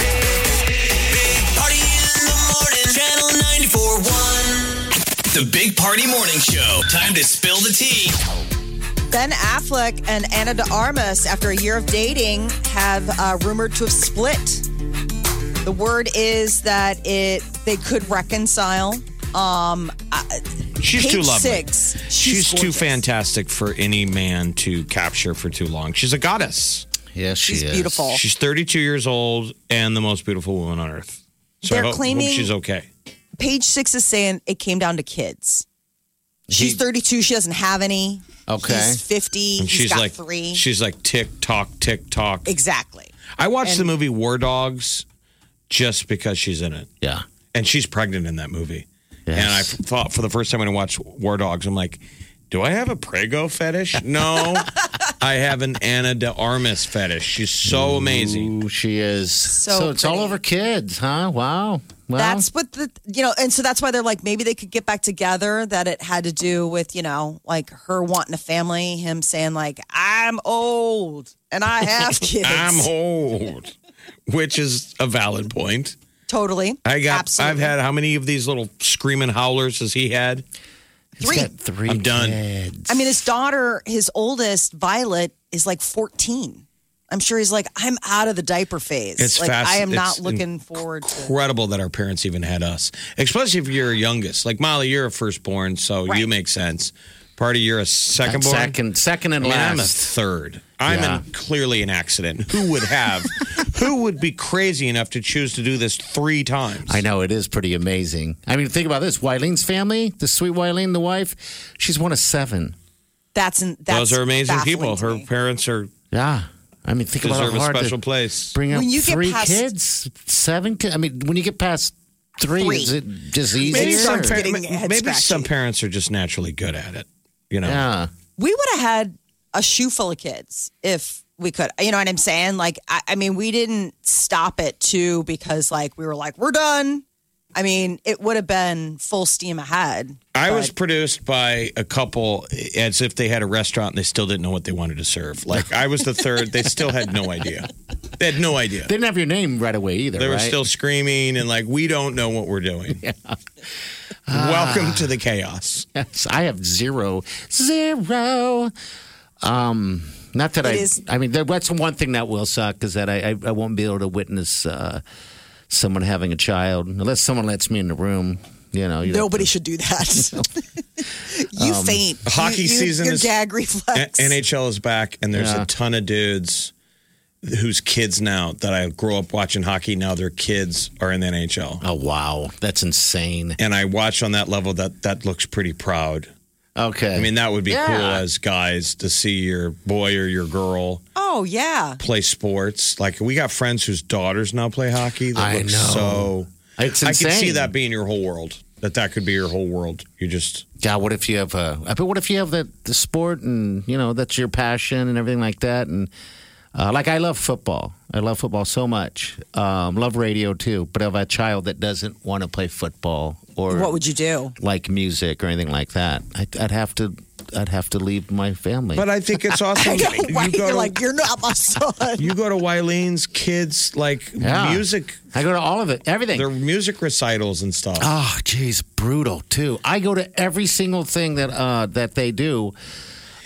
Speaker 5: Big Party in the morning. Channel 94.1. The Big Party Morning Show. Time to spill the tea.
Speaker 3: Ben Affleck and Anna de Armas, after a year of dating, have uh, rumored to have split. The word is that it they could reconcile. Um, I-
Speaker 4: She's
Speaker 3: page
Speaker 4: too lovely.
Speaker 3: Six.
Speaker 4: She's, too
Speaker 3: gorgeous.
Speaker 4: fantastic for any man to capture for too long. She's a goddess.
Speaker 2: Yes, she
Speaker 3: She's
Speaker 2: is.
Speaker 3: beautiful.
Speaker 4: She's 32 years old and the most beautiful woman on earth. So I
Speaker 3: They're
Speaker 4: hope, hope
Speaker 3: claiming-
Speaker 4: she's okay.
Speaker 3: Page six is saying it came down to kids. She's 32. She doesn't have any.
Speaker 2: Okay.
Speaker 3: He's 50.
Speaker 4: And
Speaker 3: She's
Speaker 4: she's
Speaker 3: got
Speaker 4: like
Speaker 3: three.
Speaker 4: she's like tick tock tick tock.
Speaker 3: exactly.
Speaker 4: I watched
Speaker 3: And-
Speaker 4: the movie War Dogs just because she's in it,
Speaker 2: Yeah.
Speaker 4: and she's pregnant in that movie. And I
Speaker 2: Yes.
Speaker 4: thought for the first time when I watched War Dogs, I'm like, do I have a prego fetish? No, I have an Anna de Armas fetish. She's so amazing.
Speaker 2: Ooh, she is.
Speaker 3: So
Speaker 2: it's all
Speaker 3: pretty.
Speaker 2: over kids, huh? Wow. Well,
Speaker 3: That's what the you know, and so that's why they're like maybe they could get back together. That it had to do with you know like her wanting a family, him saying like I'm old and I have kids.
Speaker 4: I'm old, which is a valid point.
Speaker 3: totally.
Speaker 4: I got.
Speaker 3: Absolutely.
Speaker 4: I've had how many of these little screaming howlers has he had?
Speaker 2: he's
Speaker 3: three.
Speaker 2: got three
Speaker 4: I'm done.
Speaker 2: kids.
Speaker 3: I mean, his daughter, his oldest Violet, is like 14. I'm sure he's like, I'm out of the diaper phase.
Speaker 4: It's
Speaker 3: like
Speaker 4: fast-
Speaker 3: I am not
Speaker 4: it's
Speaker 3: looking forward to.
Speaker 4: Incredible that our parents even had us, especially if you're youngest. Like Molly, you're a firstborn, so you make sense. Party, you're a secondborn.
Speaker 2: Second, second and
Speaker 4: I mean, I'm a
Speaker 2: last.
Speaker 4: third. I'm
Speaker 2: Yeah.
Speaker 4: in clearly an accident. Who would have? who would be crazy enough to choose to do this three times?
Speaker 2: I know it is pretty amazing. I mean, think about this: Wylene's family, the sweet Wylene, the wife, she's one of seven.
Speaker 3: That's an, that's
Speaker 4: Those are amazing
Speaker 3: baffling
Speaker 4: people.
Speaker 3: to
Speaker 4: Her
Speaker 3: me.
Speaker 4: parents are
Speaker 2: Yeah, I mean, think about
Speaker 4: deserve
Speaker 2: how
Speaker 4: a
Speaker 2: hard to
Speaker 4: special place.
Speaker 2: bring up
Speaker 3: When you get
Speaker 2: three
Speaker 3: past-
Speaker 2: kids, seven. Ki- I mean, when you get past three,
Speaker 3: Three.
Speaker 2: is it just easier?
Speaker 3: Maybe some
Speaker 4: par-
Speaker 3: getting
Speaker 4: ma-
Speaker 3: head
Speaker 4: maybe some
Speaker 3: scratchy.
Speaker 4: parents are just naturally good at it. You know,
Speaker 2: yeah,
Speaker 3: we would have had a shoe full of kids if we could. You know what I'm saying? Like, I, I mean, we didn't stop it too because, like, we were like, we're done. I mean, it would have been full steam ahead.
Speaker 4: I was produced by a couple as if they had a restaurant and they still didn't know what they wanted to serve. Like I was the third; they still had no idea. They had no idea.
Speaker 2: they didn't have your name right away either.
Speaker 4: They were
Speaker 2: right?
Speaker 4: still screaming and like, "We don't know what we're doing." Welcome to the chaos.
Speaker 2: Ah. Yes, I have zero, zero. Um, not that I.
Speaker 3: is-
Speaker 2: I mean, that- that's one thing that will suck is that I I, I won't be able to witness uh, someone having a child unless someone lets me in the room. You know, you
Speaker 3: Nobody should do that. you faint.
Speaker 4: Um, hockey
Speaker 3: You- you-
Speaker 4: season
Speaker 3: your
Speaker 4: is-
Speaker 3: gag reflex.
Speaker 4: A- NHL is back, and there's
Speaker 2: Yeah.
Speaker 4: a ton of dudes whose kids now that I grew up watching hockey. Now their kids are in the NHL,
Speaker 2: Oh wow, that's insane.
Speaker 4: and I watch on that level. That that looks pretty proud.
Speaker 2: Okay,
Speaker 4: I mean, that would be
Speaker 2: Yeah.
Speaker 4: cool as guys to see your boy or your girl
Speaker 3: oh yeah.
Speaker 4: play sports. Like we got friends whose daughters now play hockey. That
Speaker 2: I
Speaker 4: looks
Speaker 2: know.
Speaker 4: so.
Speaker 2: it's
Speaker 4: I
Speaker 2: insane.
Speaker 4: can see that being your whole world. That that could be your whole world. You just
Speaker 2: God, what if you have a? I mean, what if you have the, the sport and you know that's your passion and everything like that? And uh, like I love football, I love football so much. Um, love radio too. But I have a child that doesn't want to play football or
Speaker 3: What would you do?
Speaker 2: like music or anything like that, I'd, I'd have to. I'd have to leave my family.
Speaker 4: But I think it's awesome.
Speaker 3: Right?
Speaker 4: You go
Speaker 3: You're
Speaker 4: to,
Speaker 3: like, you're not my son.
Speaker 4: you go to Wylene's kids like
Speaker 2: Yeah.
Speaker 4: music,
Speaker 2: I go to all of it, everything.
Speaker 4: their music recitals and stuff.
Speaker 3: Um,
Speaker 2: Oh, jeez, brutal too. I go to every single thing that uh, that they do.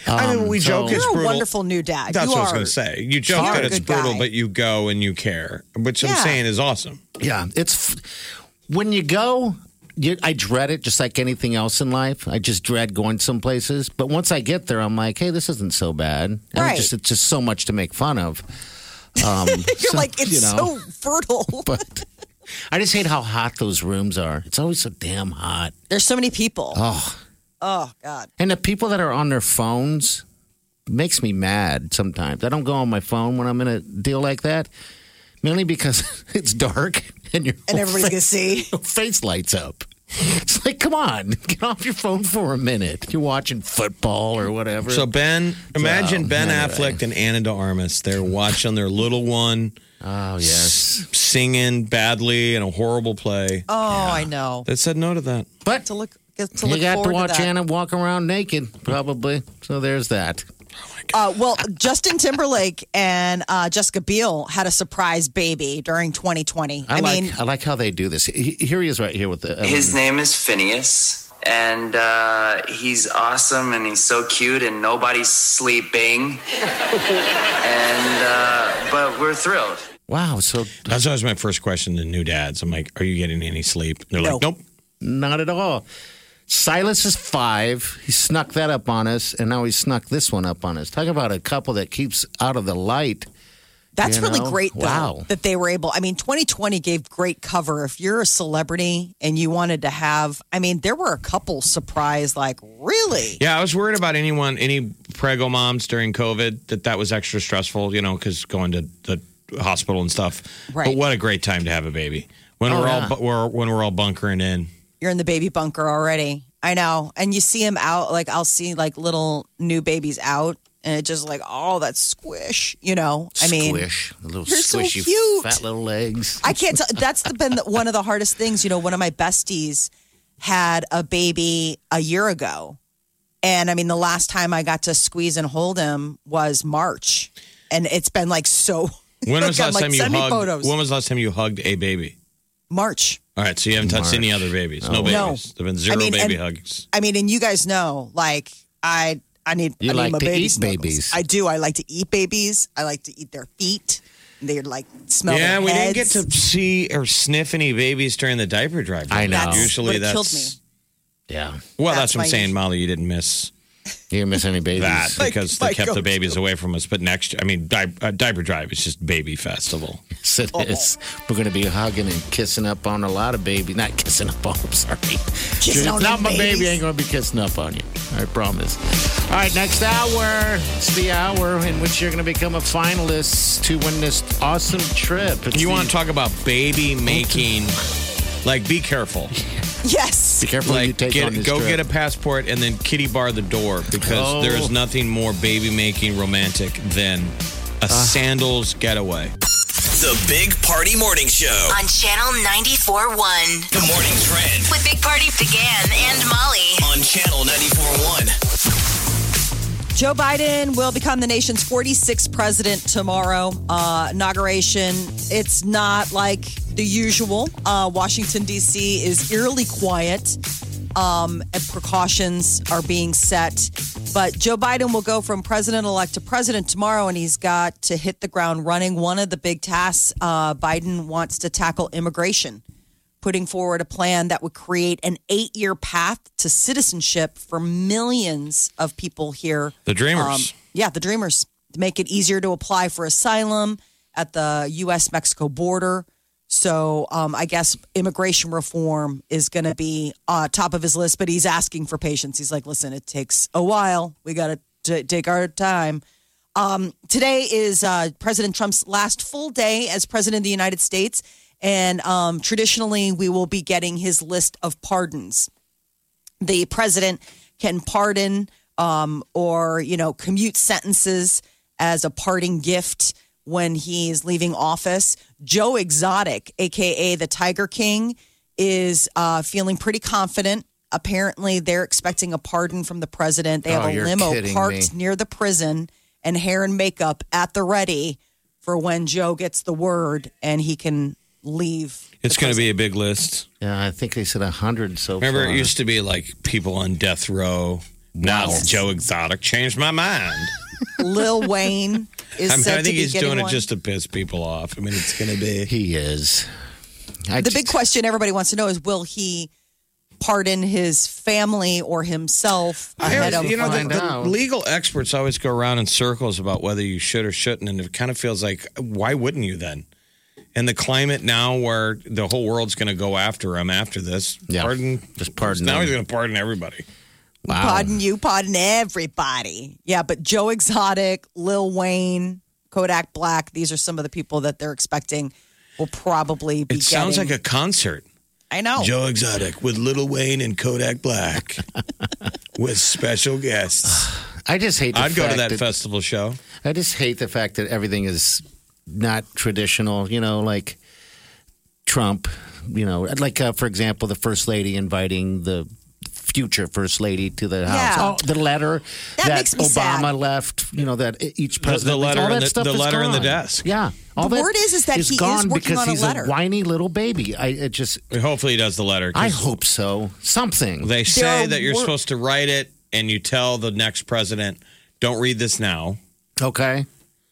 Speaker 4: I mean, we
Speaker 2: so-
Speaker 4: joke
Speaker 3: You're
Speaker 4: it's
Speaker 3: a
Speaker 4: brutal.
Speaker 3: wonderful new dad.
Speaker 4: That's
Speaker 3: you
Speaker 4: what I
Speaker 3: are.
Speaker 4: was going to say. You joke
Speaker 3: are
Speaker 4: that
Speaker 3: a
Speaker 4: it's
Speaker 3: good
Speaker 4: brutal,
Speaker 3: guy.
Speaker 4: but you go and you care, which I'm
Speaker 3: Yeah.
Speaker 4: saying is awesome.
Speaker 2: Yeah, it's when you go. You, I dread it, just like anything else in life. I just dread going some places. But once I get there, I'm like, hey, this isn't so bad. And it
Speaker 3: Right.
Speaker 2: just, it's just so much to make fun of. Um,
Speaker 3: You're like, it's so fertile.
Speaker 2: But I just hate how hot those rooms are. It's always so damn hot.
Speaker 3: There's so many people. Oh. Oh God.
Speaker 2: And the people that are on their phones makes me mad sometimes. I don't go on my phone when I'm in a deal like that, mainly because it's dark and your
Speaker 3: And
Speaker 2: whole
Speaker 3: everybody's gonna see.
Speaker 2: fa- face lights up. It's like, come on, get off your phone for a minute. You're watching football or whatever.
Speaker 4: So Ben, imagine
Speaker 2: So,
Speaker 4: Ben
Speaker 2: anyway.
Speaker 4: Affleck and Anna De Armas. They're watching their little one
Speaker 2: oh yes,
Speaker 4: singing badly in a horrible play.
Speaker 3: Oh, I know.
Speaker 4: That said no to that.
Speaker 2: but
Speaker 3: To look, to
Speaker 2: you
Speaker 3: look
Speaker 2: got to
Speaker 3: forward
Speaker 2: watch
Speaker 3: that.
Speaker 2: Anna walk around naked, probably. So there's that.
Speaker 3: Uh, well, Justin Timberlake and uh, Jessica Biel had a surprise baby during 2020.
Speaker 2: I,
Speaker 3: I,
Speaker 2: like
Speaker 3: mean,
Speaker 2: I like how they do this. He- Here he is, right here with the. uh,
Speaker 6: His name is Phineas, and uh, he's awesome, and he's so cute, and nobody's sleeping. and uh, but we're thrilled.
Speaker 2: wow, so
Speaker 4: That's always my first question to new dads. I'm like, are you getting any sleep? And they're like,
Speaker 3: No.
Speaker 4: nope.
Speaker 2: Not at all. Silas is five. He snuck that up on us, and now he snuck this one up on us. Talk about a couple that keeps out of the light.
Speaker 3: that's
Speaker 2: you
Speaker 3: really
Speaker 2: know,
Speaker 3: great, though,
Speaker 2: wow.
Speaker 3: that they were able. I mean, 2020 gave great cover. If you're a celebrity and you wanted to have, I mean, there were a couple surprise, like, really?
Speaker 4: Yeah, I was worried about anyone, any prego moms during COVID, that that was extra stressful, you know, because going to the hospital and stuff.
Speaker 3: Right. Oh,
Speaker 4: But what a great time to have a baby. When we're all bu- we're, when we're all bunkering in.
Speaker 3: You're in the baby bunker already. I know. And you see him out, like, I'll see, like, little new babies out, and it just, like, oh, that squish, you know? I mean,
Speaker 2: squish, the little
Speaker 3: you're so
Speaker 2: squishy,
Speaker 3: cute.
Speaker 2: fat little legs.
Speaker 3: I can't tell. That's the, been the, one of the hardest things. You know, one of my besties had a baby a year ago. And I mean, the last time I got to squeeze and hold him was March. And it's been like so.
Speaker 4: When was the
Speaker 3: I'm
Speaker 4: last
Speaker 3: like,
Speaker 4: time you
Speaker 3: send me
Speaker 4: hugged?
Speaker 3: photos.
Speaker 4: When was the last time you hugged a baby?
Speaker 3: March.
Speaker 4: All right, so you haven't touched any
Speaker 2: March.
Speaker 4: other babies. No
Speaker 3: No.
Speaker 4: babies. There've been zero
Speaker 3: I mean,
Speaker 4: baby
Speaker 3: and-
Speaker 4: hugs.
Speaker 3: I mean, and you guys know, like, I I need.
Speaker 2: You
Speaker 3: I
Speaker 2: like
Speaker 3: need my
Speaker 2: to
Speaker 3: baby
Speaker 2: eat
Speaker 3: snuggles.
Speaker 2: babies.
Speaker 3: I do. I like to eat babies. I like to eat their feet. They like smell.
Speaker 4: yeah,
Speaker 3: their
Speaker 4: we didn't get
Speaker 3: heads.
Speaker 4: to see or sniff any babies during the diaper drive.
Speaker 2: I know.
Speaker 3: That's
Speaker 4: Usually
Speaker 3: what
Speaker 4: that's
Speaker 3: killed me.
Speaker 2: Yeah.
Speaker 4: well,
Speaker 3: That's
Speaker 4: that's, what I'm
Speaker 3: my
Speaker 4: saying,
Speaker 3: usual-
Speaker 4: Molly. You didn't miss
Speaker 2: You didn't miss any babies.
Speaker 4: that because
Speaker 3: my
Speaker 4: they kept the
Speaker 3: go-to.
Speaker 4: babies away from us. But next, I mean, di- uh, diaper drive is just baby festival.
Speaker 2: Yes, it is. We're going to be hugging and kissing up on a lot of babies. Not kissing up on, I'm sorry.
Speaker 3: Kissing
Speaker 2: You're
Speaker 3: on
Speaker 2: not
Speaker 3: them
Speaker 2: my baby.
Speaker 3: babies.
Speaker 2: I ain't going to be kissing up on you. I promise. All right, next hour. It's the hour in which you're going to become a finalist to win this awesome trip. It's
Speaker 4: You
Speaker 2: the-
Speaker 4: want to talk about baby making? Like, be careful.
Speaker 3: Yes.
Speaker 2: Be careful what you
Speaker 4: Like,
Speaker 2: take
Speaker 4: get,
Speaker 2: on this
Speaker 4: go
Speaker 2: trip.
Speaker 4: get a passport and then kitty bar the door because
Speaker 2: Oh.
Speaker 4: there is nothing more baby making romantic than
Speaker 2: Uh.
Speaker 4: a sandals getaway.
Speaker 5: The Big Party Morning Show.
Speaker 1: On Channel 94.1.
Speaker 5: The Morning Trend
Speaker 1: With Big Party began and Molly.
Speaker 5: on Channel 94.1.
Speaker 3: Joe Biden will become the nation's 46th president tomorrow. Uh, inauguration. It's not like the usual. Uh, Washington, D.C. is eerily quiet, um, and precautions are being set. But Joe Biden will go from president elect to president tomorrow, and he's got to hit the ground running. One of the big tasks uh, Biden wants to tackle immigration putting forward a plan that would create an eight year path to citizenship for millions of people here.
Speaker 4: The dreamers.
Speaker 3: Um, yeah, the Dreamers. To make it easier to apply for asylum at the US Mexico border. So um, I guess immigration reform is going to be uh, top of his list, but he's asking for patience. He's like, listen, it takes a while. We got to take our time. Um, today is uh, President Trump's last full day as president of the United States. And um, traditionally, we will be getting his list of pardons. The president can pardon um, or, you know, commute sentences as a parting gift when he's leaving office. Joe Exotic, AKA the Tiger King, is uh, feeling pretty confident. Apparently, they're expecting a pardon from the president. They have
Speaker 2: Oh,
Speaker 3: a
Speaker 2: you're
Speaker 3: limo
Speaker 2: kidding
Speaker 3: parked
Speaker 2: me.
Speaker 3: near the prison and hair and makeup at the ready for when Joe gets the word and he can leave.
Speaker 4: It's going to be a big list.
Speaker 2: Yeah, I think they said 100 so
Speaker 4: Remember,
Speaker 2: far.
Speaker 4: it used to be like people on death row. Now Joe Exotic changed my mind.
Speaker 3: Lil Wayne is
Speaker 4: I, mean,
Speaker 3: said
Speaker 4: I think
Speaker 3: to be
Speaker 4: he's
Speaker 3: getting
Speaker 4: doing it
Speaker 3: one.
Speaker 4: just to piss people off. I mean, it's going to be.
Speaker 2: He is. I
Speaker 3: the
Speaker 2: just-
Speaker 3: big question everybody wants to know is will he pardon his family or himself ahead of
Speaker 4: you know, the,
Speaker 3: time?
Speaker 4: the
Speaker 2: out.
Speaker 4: legal experts always go around in circles about whether you should or shouldn't, and it kind of feels like, why wouldn't you then? And the climate now, where the whole world's going to go after him after this,
Speaker 2: Yeah.
Speaker 4: pardon,
Speaker 2: Just pardon
Speaker 4: Now
Speaker 2: him.
Speaker 4: he's going to pardon everybody.
Speaker 2: Wow.
Speaker 3: pardon you, pardon everybody. Yeah, but Joe Exotic, Lil Wayne, Kodak Black, these are some of the people that they're expecting will probably be
Speaker 4: It sounds like
Speaker 3: getting- Oh.
Speaker 4: a concert.
Speaker 3: I know.
Speaker 4: Joe Exotic with Little Wayne and Kodak Black with special guests.
Speaker 2: I just hate the
Speaker 4: I'd go to
Speaker 2: fact
Speaker 4: that festival show.
Speaker 2: I just hate the fact that everything is not traditional. You know, like Trump. You know, like uh, for example, the first lady inviting the future first lady to the house.
Speaker 3: Yeah.
Speaker 2: Oh, the letter
Speaker 3: That
Speaker 2: that,
Speaker 3: makes me
Speaker 2: Obama
Speaker 3: sad.
Speaker 2: left. You know that e-, each president.
Speaker 4: letter
Speaker 2: all
Speaker 4: in
Speaker 2: that
Speaker 4: the-
Speaker 2: stuff
Speaker 4: the
Speaker 2: is
Speaker 4: letter in the
Speaker 2: gone.
Speaker 4: desk.
Speaker 2: Yeah. All
Speaker 3: The
Speaker 2: that
Speaker 3: word is- is that he is
Speaker 2: gone
Speaker 3: working
Speaker 2: because
Speaker 3: on a
Speaker 2: he's
Speaker 3: letter.
Speaker 2: a whiny little baby. I it just.
Speaker 4: Hopefully, he does the letter. 'cause
Speaker 2: I hope so. Something.
Speaker 4: They
Speaker 3: There
Speaker 4: say
Speaker 3: are
Speaker 4: that you're
Speaker 3: wor-
Speaker 4: supposed to write it and you tell the next president, don't read this now.
Speaker 2: okay.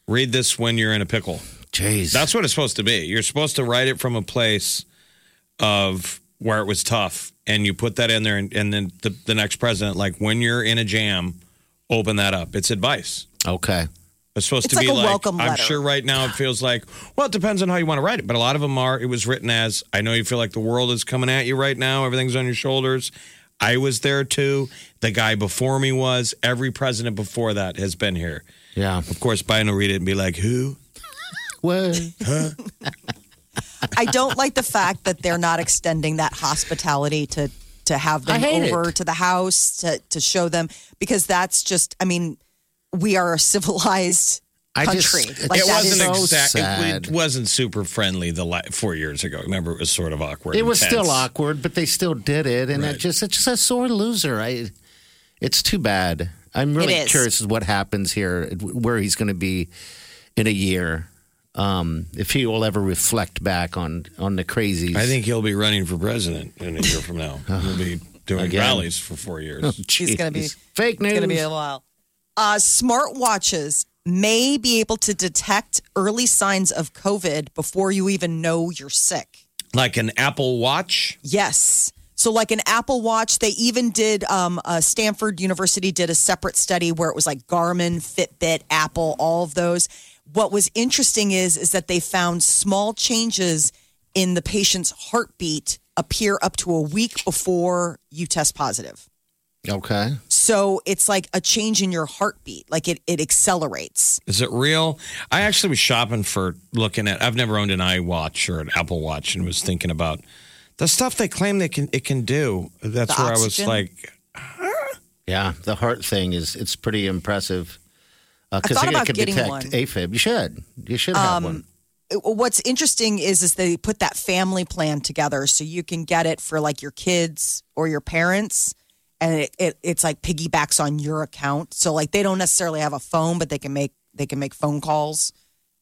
Speaker 4: Read this when you're in a pickle.
Speaker 2: Jeez.
Speaker 4: That's what it's supposed to be. You're supposed to write it from a place of where it was tough. And you put that in there. And, and then the, the next president, like when you're in a jam, open that up. It's advice.
Speaker 2: okay.
Speaker 4: It's supposed
Speaker 3: It's
Speaker 4: to be
Speaker 3: like a
Speaker 4: like,
Speaker 3: welcome
Speaker 4: I'm
Speaker 3: letter.
Speaker 4: sure right now it feels like, well, it depends on how you want to write it. But a lot of them are, it was written as, I know you feel like the world is coming at you right now. Everything's on your shoulders. I was there too. The guy before me was. Every president before that has been here.
Speaker 2: Yeah.
Speaker 4: Of course, Biden will read it and be like, who?
Speaker 2: Well,
Speaker 3: I don't like the fact that they're not extending that hospitality to to have
Speaker 2: I
Speaker 3: them
Speaker 2: hate
Speaker 3: over
Speaker 2: it.
Speaker 3: to the house to to show them because that's just I mean we are a civilized
Speaker 2: I just-
Speaker 3: country.
Speaker 2: it
Speaker 3: like
Speaker 4: it
Speaker 3: that
Speaker 4: wasn't
Speaker 3: is
Speaker 2: so
Speaker 4: exact.
Speaker 2: sad.
Speaker 4: It, it wasn't super friendly the la- four years ago. Remember, it was sort of awkward.
Speaker 2: It
Speaker 4: and
Speaker 2: was still
Speaker 4: tense.
Speaker 2: awkward, but they still did it, and it just it's just a sore loser. I, it's too bad. I'm really
Speaker 3: It is.
Speaker 2: curious as what happens here, where he's going to be in a year, um, if he will ever reflect back on on the crazies.
Speaker 4: I think he'll be running for president in a year from now. He'll be doing rallies for four years.
Speaker 3: He's gonna be-
Speaker 2: Oh, fake news.
Speaker 3: going to be a while. Uh, smartwatches may be able to detect early signs of COVID before you even know you're sick.
Speaker 4: Like an Apple Watch.
Speaker 3: Yes. So, like an Apple Watch, they even did, um, uh, Stanford University did a separate study where it was like Garmin, Fitbit, Apple, all of those. What was interesting is, is that they found small changes in the patient's heartbeat appear up to a week before you test positive.
Speaker 2: Okay.
Speaker 3: So it's like a change in your heartbeat, like it, it accelerates.
Speaker 4: Is it real? I actually was shopping for looking at. I've never owned an iWatch or an Apple Watch, and was thinking about the stuff they claim they can it can do. That's
Speaker 3: The
Speaker 4: where
Speaker 3: oxygen?
Speaker 4: I was like,
Speaker 2: Yeah, the heart thing is it's pretty impressive. Because
Speaker 3: thought
Speaker 2: it
Speaker 3: about
Speaker 2: can
Speaker 3: getting
Speaker 2: detect
Speaker 3: one. Um,
Speaker 2: AFib. You should. You should have one.
Speaker 3: It- What's interesting is is they put that family plan together so you can get it for like your kids or your parents and it, it it's like piggybacks on your account. So like they don't necessarily have a phone but they can make they can make phone calls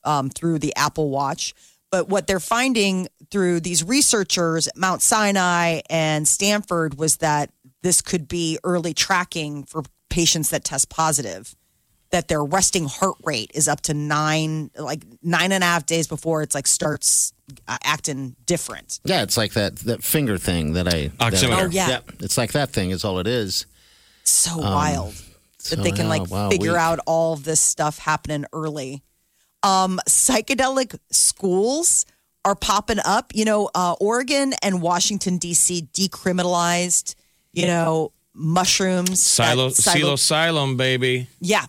Speaker 3: um, through the Apple Watch. But what they're finding through these researchers at Mount Sinai and Stanford was that this could be early tracking for patients that test positive, that their resting heart rate is up to nine, like nine and a half days before it's like starts uh, acting different.
Speaker 2: Yeah, it's like that that finger thing that I. that-
Speaker 4: Oximeter. Oh,
Speaker 3: yeah.
Speaker 2: It's like that thing is all it is.
Speaker 3: so wild that they
Speaker 2: Um,
Speaker 3: can
Speaker 2: so, yeah,
Speaker 3: like
Speaker 2: wow,
Speaker 3: figure
Speaker 2: we-
Speaker 3: out all this stuff happening early. Um, psychedelic schools are popping up. You know, uh, Oregon and Washington D.C. decriminalized. You know, mushrooms.
Speaker 4: silo,
Speaker 3: that silo-
Speaker 4: psilocylum, baby.
Speaker 3: yeah.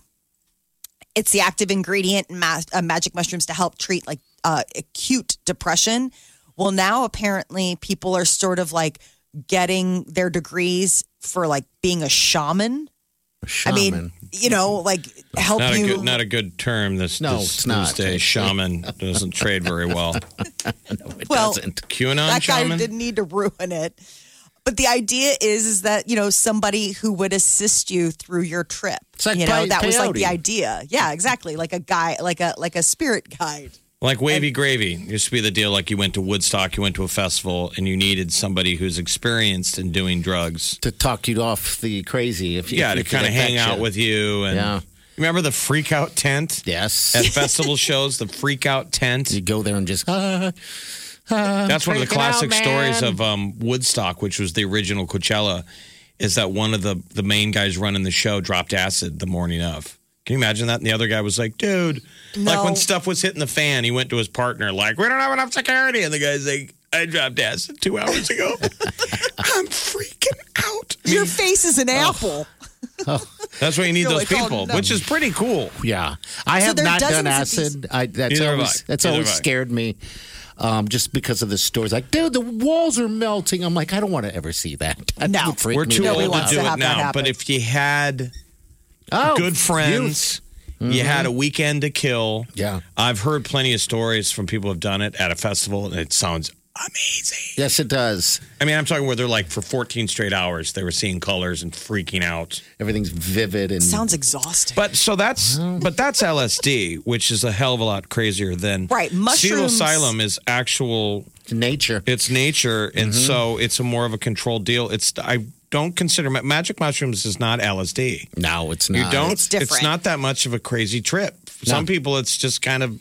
Speaker 3: It's the active ingredient in ma- uh, magic mushrooms to help treat like uh, acute depression. Well, now apparently people are sort of like getting their degrees for like being a shaman. I
Speaker 2: Shaman.
Speaker 3: mean, you know, like help
Speaker 4: Not a
Speaker 3: you.
Speaker 4: good, not a good term. This
Speaker 2: Oh, No,
Speaker 4: this,
Speaker 2: it's not.
Speaker 4: these days. shaman doesn't trade very well.
Speaker 3: well,
Speaker 2: doesn't.
Speaker 4: QAnon
Speaker 3: that guy
Speaker 4: shaman.
Speaker 3: didn't need to ruin it. But the idea is, is that you know somebody who would assist you through your trip.
Speaker 2: It's like
Speaker 3: you know,
Speaker 2: pe-
Speaker 3: that was like the
Speaker 2: peyote.
Speaker 3: idea. Yeah, exactly. Like a guy, like a like a spirit guide.
Speaker 4: Like wavy gravy used to be the deal. Like you went to Woodstock, you went to a festival, and you needed somebody who's experienced in doing drugs.
Speaker 2: to talk you off the crazy. If you,
Speaker 4: Yeah,
Speaker 2: if
Speaker 4: to
Speaker 2: you
Speaker 4: kind of
Speaker 2: could
Speaker 4: hang
Speaker 2: affect
Speaker 4: out
Speaker 2: you.
Speaker 4: with you. And
Speaker 2: Yeah.
Speaker 4: remember the freak out tent
Speaker 2: Yes.
Speaker 4: at festival shows. The freak out tent.
Speaker 2: you go there and just. ah, ah,
Speaker 4: That's one of the
Speaker 2: freaking out,
Speaker 4: classic stories
Speaker 2: man.
Speaker 4: of um, Woodstock, which was the original Coachella. Is that one of the the main guys running the show dropped acid the morning of? Can you imagine that? And the other guy was like, "Dude, like when
Speaker 3: No.
Speaker 4: stuff was hitting the fan, he went to his partner like, we don't have enough security," and the guy's like, "I dropped acid two hours ago. I'm freaking out."
Speaker 3: Your face is an apple.
Speaker 4: That's why you need
Speaker 3: You're
Speaker 4: those
Speaker 3: like, oh,
Speaker 4: people,
Speaker 3: no.
Speaker 4: which is pretty cool.
Speaker 2: Yeah, I have
Speaker 3: there are
Speaker 2: not done
Speaker 3: dozens of
Speaker 2: acid. I, that's
Speaker 4: Neither have
Speaker 2: always
Speaker 4: I.
Speaker 2: that's
Speaker 4: Neither
Speaker 2: always
Speaker 4: have I.
Speaker 2: scared me, um, just because of the stories. Like, dude, the walls are melting. I'm like, I don't want to ever see that. That
Speaker 3: No.
Speaker 2: would freak
Speaker 4: We're
Speaker 2: me
Speaker 4: too
Speaker 2: out.
Speaker 3: Nobody
Speaker 4: old to
Speaker 3: wants
Speaker 4: do
Speaker 3: to
Speaker 4: it
Speaker 3: have that
Speaker 4: now. But
Speaker 3: happen.
Speaker 4: if you had
Speaker 2: Oh,
Speaker 4: good friends. You had a weekend to kill.
Speaker 2: Yeah.
Speaker 4: I've heard plenty of stories from people who've done it at a festival, and it sounds amazing.
Speaker 2: Yes, it does.
Speaker 4: I mean, I'm talking where they're like for 14 straight hours, they were seeing colors and freaking out.
Speaker 2: Everything's vivid and
Speaker 3: Sounds exhausting.
Speaker 4: But so that's but that's LSD, which is a hell of a lot crazier than
Speaker 3: Right, mushrooms-
Speaker 4: Psilocylum is actual
Speaker 2: nature.
Speaker 4: it's nature, and so it's a more of a controlled deal. It's I don't consider ma- magic mushrooms is not LSD.
Speaker 2: No, it's not.
Speaker 4: You don't.
Speaker 3: Uh, It's different.
Speaker 4: not that much of a crazy trip. Some people, it's just kind of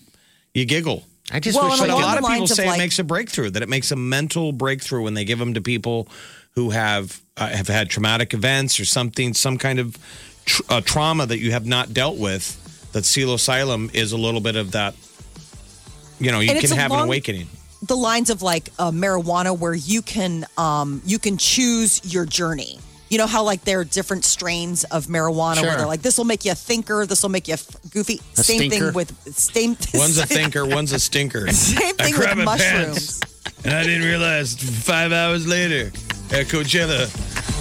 Speaker 4: you giggle.
Speaker 2: I just
Speaker 3: Well,
Speaker 2: wish
Speaker 3: and
Speaker 2: I
Speaker 4: But a
Speaker 3: along
Speaker 4: lot
Speaker 3: the
Speaker 4: of people
Speaker 3: lines of
Speaker 4: say
Speaker 3: like-
Speaker 4: it makes a breakthrough. That it makes a mental breakthrough when they give them to people who have uh, have had traumatic events or something, some kind of tr- uh, trauma that you have not dealt with. That psilocylum is a little bit of that. You know, you
Speaker 3: And it's
Speaker 4: can
Speaker 3: a
Speaker 4: have an
Speaker 3: long-
Speaker 4: awakening.
Speaker 3: the lines of like uh, marijuana where you can um, you can choose your journey. You know how like there are different strains of marijuana where
Speaker 2: Sure.
Speaker 3: they're like this will make you a thinker, this will make you a f- goofy.
Speaker 2: A
Speaker 3: same
Speaker 2: stinker.
Speaker 3: thing with same.
Speaker 4: One's a thinker, one's a stinker.
Speaker 3: Same
Speaker 4: I
Speaker 3: thing
Speaker 4: crap
Speaker 3: with
Speaker 4: my
Speaker 3: mushrooms.
Speaker 4: pants, and I didn't realize five hours later at Coachella.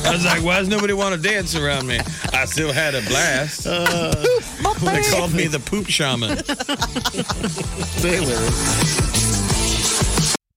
Speaker 4: I was like, why does nobody want to dance around me? I still had a blast. they called me the poop shaman.
Speaker 2: Taylor.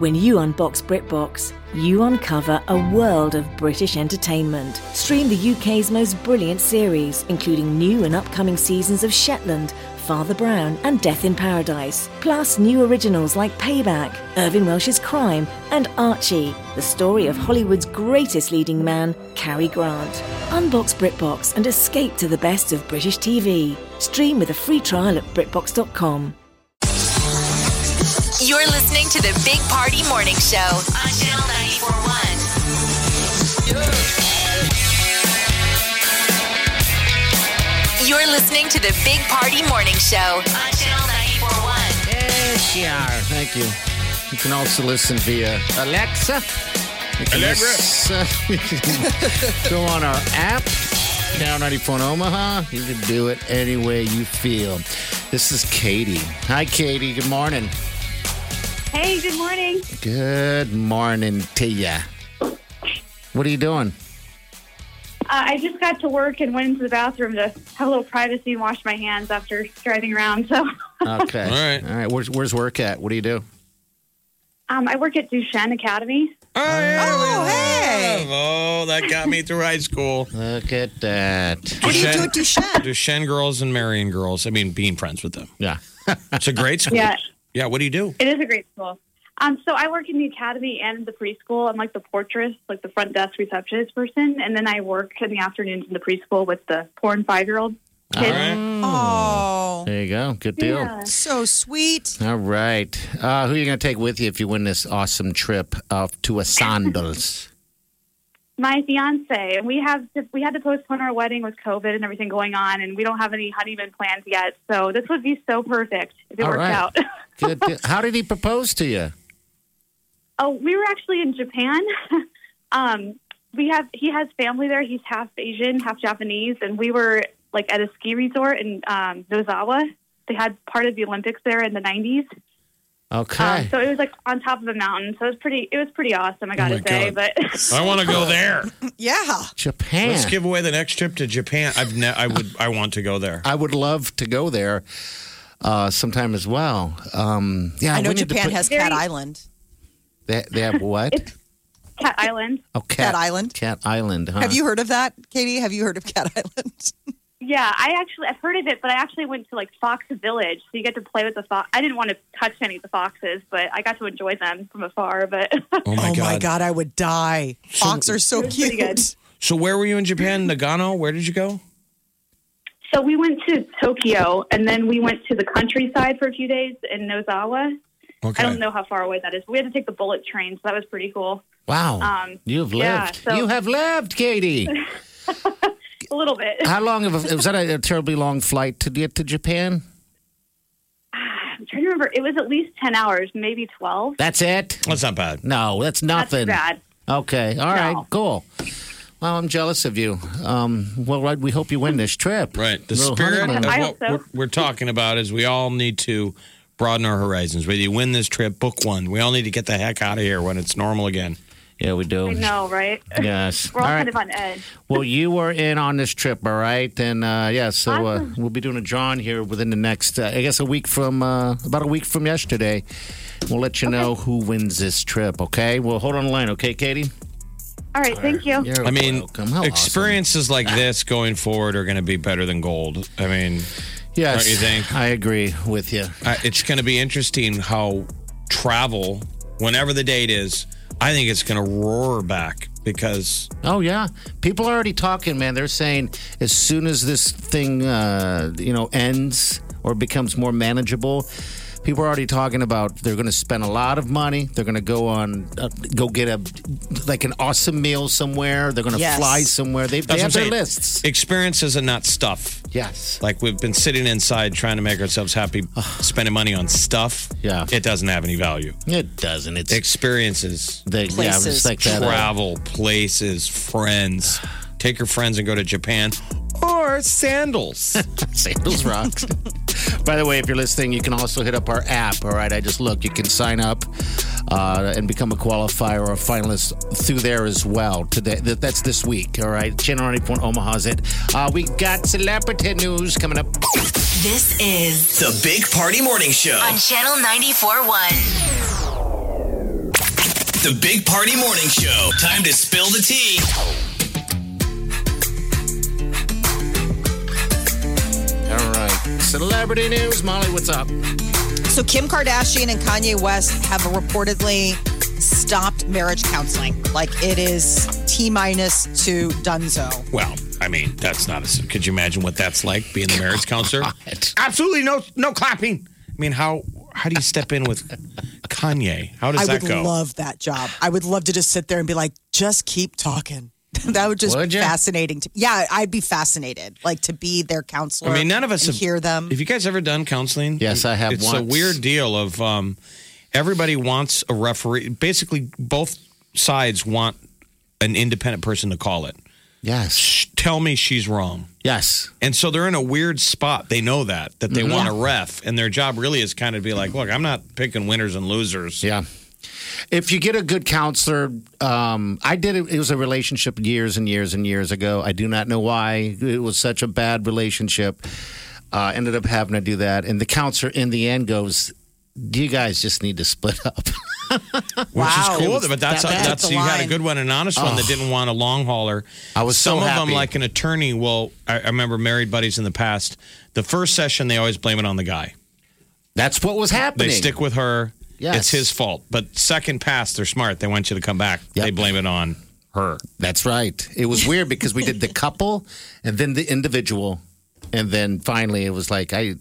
Speaker 7: When you unbox BritBox, you uncover a world of British entertainment. Stream the UK's most brilliant series, including new and upcoming seasons of Shetland, Father Brown, and Death in Paradise, plus new originals like Payback, Irving Welsh's Crime, and Archie, the story of Hollywood's greatest leading man, Cary Grant. Unbox BritBox and escape to the best of British TV. Stream with a free trial at BritBox.com.
Speaker 1: You're listening to the Big Party Morning Show on Channel 941. You're listening to the Big Party Morning Show on Channel 941.
Speaker 2: Yes, you are. Thank you. You can also listen via Alexa. You can
Speaker 4: Alexa.
Speaker 2: lis- uh, you can go on our app, Channel 94 in Omaha. You can do it any way you feel. This is Katie. Hi, Katie. Good morning.
Speaker 8: Hey, good morning.
Speaker 2: Good morning to ya. What are you doing?
Speaker 8: Uh, I just got to work and went into the bathroom to have a little privacy and wash my hands after driving around. So
Speaker 2: Okay.
Speaker 4: All right.
Speaker 2: All right. Where's, where's work at? What do you do?
Speaker 8: um, I work at Duchenne Academy.
Speaker 4: Oh, yeah, we
Speaker 3: Oh, hey.
Speaker 4: love- Oh, that got me through high school.
Speaker 2: Look at that.
Speaker 3: What do you do at Duchenne?
Speaker 4: Duchenne girls and Marion girls. I mean, being friends with them.
Speaker 2: Yeah.
Speaker 4: It's a great school.
Speaker 8: Yeah.
Speaker 4: Yeah, what do you do?
Speaker 8: It is a great school. Um, so I work in the academy and the preschool. I'm like the portress, like the front desk receptionist person, and then I work in the afternoons in the preschool with the four and five year old
Speaker 4: All
Speaker 8: kids.
Speaker 4: right.
Speaker 3: Oh,
Speaker 2: There you go. Good deal.
Speaker 8: Yeah.
Speaker 3: so sweet.
Speaker 2: All right. Uh, who are you going to take with you if you win this awesome trip off to a Sandals?
Speaker 8: My fiance and we have to, we had to postpone our wedding with COVID and everything going on, and we don't have any honeymoon plans yet. So this would be so perfect if it
Speaker 2: All
Speaker 8: worked
Speaker 2: right.
Speaker 8: out.
Speaker 2: Good. deal. How did he propose to you?
Speaker 8: Oh, we were actually in Japan. um, we have he has family there. He's half Asian, half Japanese, and we were like at a ski resort in um, Nozawa. They had part of the Olympics there in the '90s,
Speaker 2: Okay.
Speaker 8: um, so it was like on top of a mountain. So it was pretty. It was pretty awesome. I gotta
Speaker 4: Oh my
Speaker 8: say,
Speaker 4: God.
Speaker 8: but
Speaker 4: I want to go there.
Speaker 3: Yeah.
Speaker 2: Ah, Japan.
Speaker 4: Let's give away the next trip to Japan. I've ne- I would I want to go there.
Speaker 2: I would love to go there uh, sometime as well. Um, yeah,
Speaker 3: I know
Speaker 2: we need to
Speaker 3: Japan
Speaker 2: put-
Speaker 3: has
Speaker 8: Very-
Speaker 3: Cat Island.
Speaker 2: They, they have what?
Speaker 8: Cat Island,
Speaker 2: oh,
Speaker 3: Cat Island.
Speaker 2: Cat Island. Huh?
Speaker 3: Have you heard of that, Katie? Have you heard of Cat Island?
Speaker 8: yeah, I actually I've heard of it, but I actually went to like Fox Village, so you get to play with the fox. I didn't want to touch any of the foxes, but I got to enjoy them from afar. But
Speaker 4: Oh my,
Speaker 3: oh
Speaker 4: god.
Speaker 3: my God, I would die. Fox are so cute.
Speaker 8: pretty good.
Speaker 4: So where were you in Japan? Nagano? Where did you go?
Speaker 8: So we went to Tokyo, and then we went to the countryside for a few days in Nozawa.
Speaker 4: Okay.
Speaker 8: I don't know how far away that is. We had to take the bullet train, so that was pretty cool.
Speaker 2: Wow.
Speaker 8: Um,
Speaker 2: You've
Speaker 8: yeah,
Speaker 2: lived.
Speaker 8: so-
Speaker 2: You have lived, Katie.
Speaker 8: A little bit.
Speaker 2: How long of a, was that a, terribly long flight to get to Japan?
Speaker 8: I'm trying to remember. It was at least ten hours, maybe twelve.
Speaker 2: That's it.
Speaker 4: That's not bad.
Speaker 2: No, that's nothing.
Speaker 8: bad.
Speaker 2: Okay. all right, Cool. Well, I'm jealous of you. Um, well, right, we hope you win this trip.
Speaker 4: Right. The
Speaker 2: Little
Speaker 4: spirit
Speaker 2: honeymoon.
Speaker 4: of
Speaker 8: I
Speaker 4: what
Speaker 8: hope so.
Speaker 4: we're, we're talking about is we all need to broaden our horizons. Whether you win this trip, book one. We all need to get the heck out of here when it's normal again.
Speaker 2: Yeah, we do.
Speaker 8: I know, right?
Speaker 2: Yes.
Speaker 8: We're all,
Speaker 2: Oh, all right.
Speaker 8: kind of on edge.
Speaker 2: well, you are in on this trip, all right? And uh, yeah, so uh,
Speaker 8: Awesome.
Speaker 2: we'll be doing a drawing here within the next, uh, I guess, a week from uh, about a week from yesterday. We'll let you know who wins this trip. Okay. Well, hold on the line, okay, Katie?
Speaker 8: All right, thank you.
Speaker 2: You're
Speaker 4: I mean,
Speaker 2: welcome. How awesome.
Speaker 4: experiences like this going forward are going to be better than gold. I mean,
Speaker 2: Yes,
Speaker 4: Don't you think?
Speaker 2: I agree with you.
Speaker 4: I- it's going to be interesting how travel, whenever the date is, I think it's going to roar back because
Speaker 2: Oh yeah, people are already talking, man. They're saying as soon as this thing, uh, you know, ends or becomes more manageable, people are already talking about they're going to spend a lot of money. They're going to go on, uh, go get a like an awesome meal somewhere. They're going to
Speaker 3: Yes.
Speaker 2: fly somewhere. They, they
Speaker 4: That's
Speaker 2: have
Speaker 4: what
Speaker 2: their
Speaker 4: I'm saying.
Speaker 2: lists.
Speaker 4: Experiences and not stuff.
Speaker 2: Yes.
Speaker 4: Like we've been sitting inside trying to make ourselves happy, spending money on stuff.
Speaker 2: Yeah.
Speaker 4: It doesn't have any value.
Speaker 2: It doesn't. It's
Speaker 4: Experiences,
Speaker 2: the, yeah, it's
Speaker 3: Places.
Speaker 2: like that. uh,
Speaker 4: travel, places, friends. Take your friends and go to Japan or sandals.
Speaker 2: Sandals rocks. By the way, if you're listening, you can also hit up our app. All right, I just looked. You can sign up uh, and become a qualifier or a finalist through there as well. Today, that, that's this week. All right, Channel 94 Omaha's it. Uh, we got celebrity news coming up.
Speaker 1: This is
Speaker 5: The Big Party Morning Show.
Speaker 1: on Channel 94.1.
Speaker 5: The Big Party Morning Show. Time to spill the tea.
Speaker 2: All right, celebrity news. Molly, what's up?
Speaker 3: So Kim Kardashian and Kanye West have reportedly stopped marriage counseling. Like it is T minus to Dunzo.
Speaker 4: Well, I mean, that's not a. Could you imagine what that's like being the marriage counselor? Absolutely no, no clapping. I mean, how how do you step in with Kanye? How does
Speaker 3: I
Speaker 4: that
Speaker 3: would
Speaker 4: go?
Speaker 3: love that job. I would love to just sit there and be like, just keep talking. that would just
Speaker 2: Would
Speaker 3: be
Speaker 2: ya?
Speaker 3: fascinating. To, yeah, I'd be fascinated, like to be their counselor.
Speaker 4: I mean, none of us
Speaker 3: and
Speaker 4: have,
Speaker 3: hear them.
Speaker 4: Have you guys ever done counseling?
Speaker 2: Yes, I have
Speaker 4: It's a
Speaker 2: once.
Speaker 4: weird deal of um, everybody wants a referee. Basically, both sides want an independent person to call it.
Speaker 2: Yes,
Speaker 4: Sh- Tell me she's wrong.
Speaker 2: yes.
Speaker 4: And so they're in a weird spot. They know that that
Speaker 2: Mm-hmm.
Speaker 4: they want a ref, and their job really is kind of be like, look, I'm not picking winners and losers.
Speaker 2: Yeah. If you get a good counselor, um, I did it. It was a relationship years and years and years ago. I do not know why it was such a bad relationship. Uh, ended up having to do that, and the counselor in the end goes, "You guys just need to split up."
Speaker 4: Which
Speaker 3: Wow.
Speaker 4: is cool, but that's
Speaker 2: That-
Speaker 4: that's,
Speaker 3: that's the
Speaker 4: you had a
Speaker 3: line.
Speaker 4: good one, an honest one that didn't want a long hauler.
Speaker 2: I was
Speaker 4: some
Speaker 2: so
Speaker 4: of
Speaker 2: happy.
Speaker 4: them like an attorney. will I, I remember married buddies in the past. The first session, they always blame it on the guy.
Speaker 2: That's what was happening.
Speaker 4: They stick with her.
Speaker 2: Yes.
Speaker 4: It's his fault. But second pass, they're smart. They want you to come back.
Speaker 2: Yep.
Speaker 4: They blame it on her.
Speaker 2: That's right. It was weird because we did the couple, and then the individual, and then finally it was like I.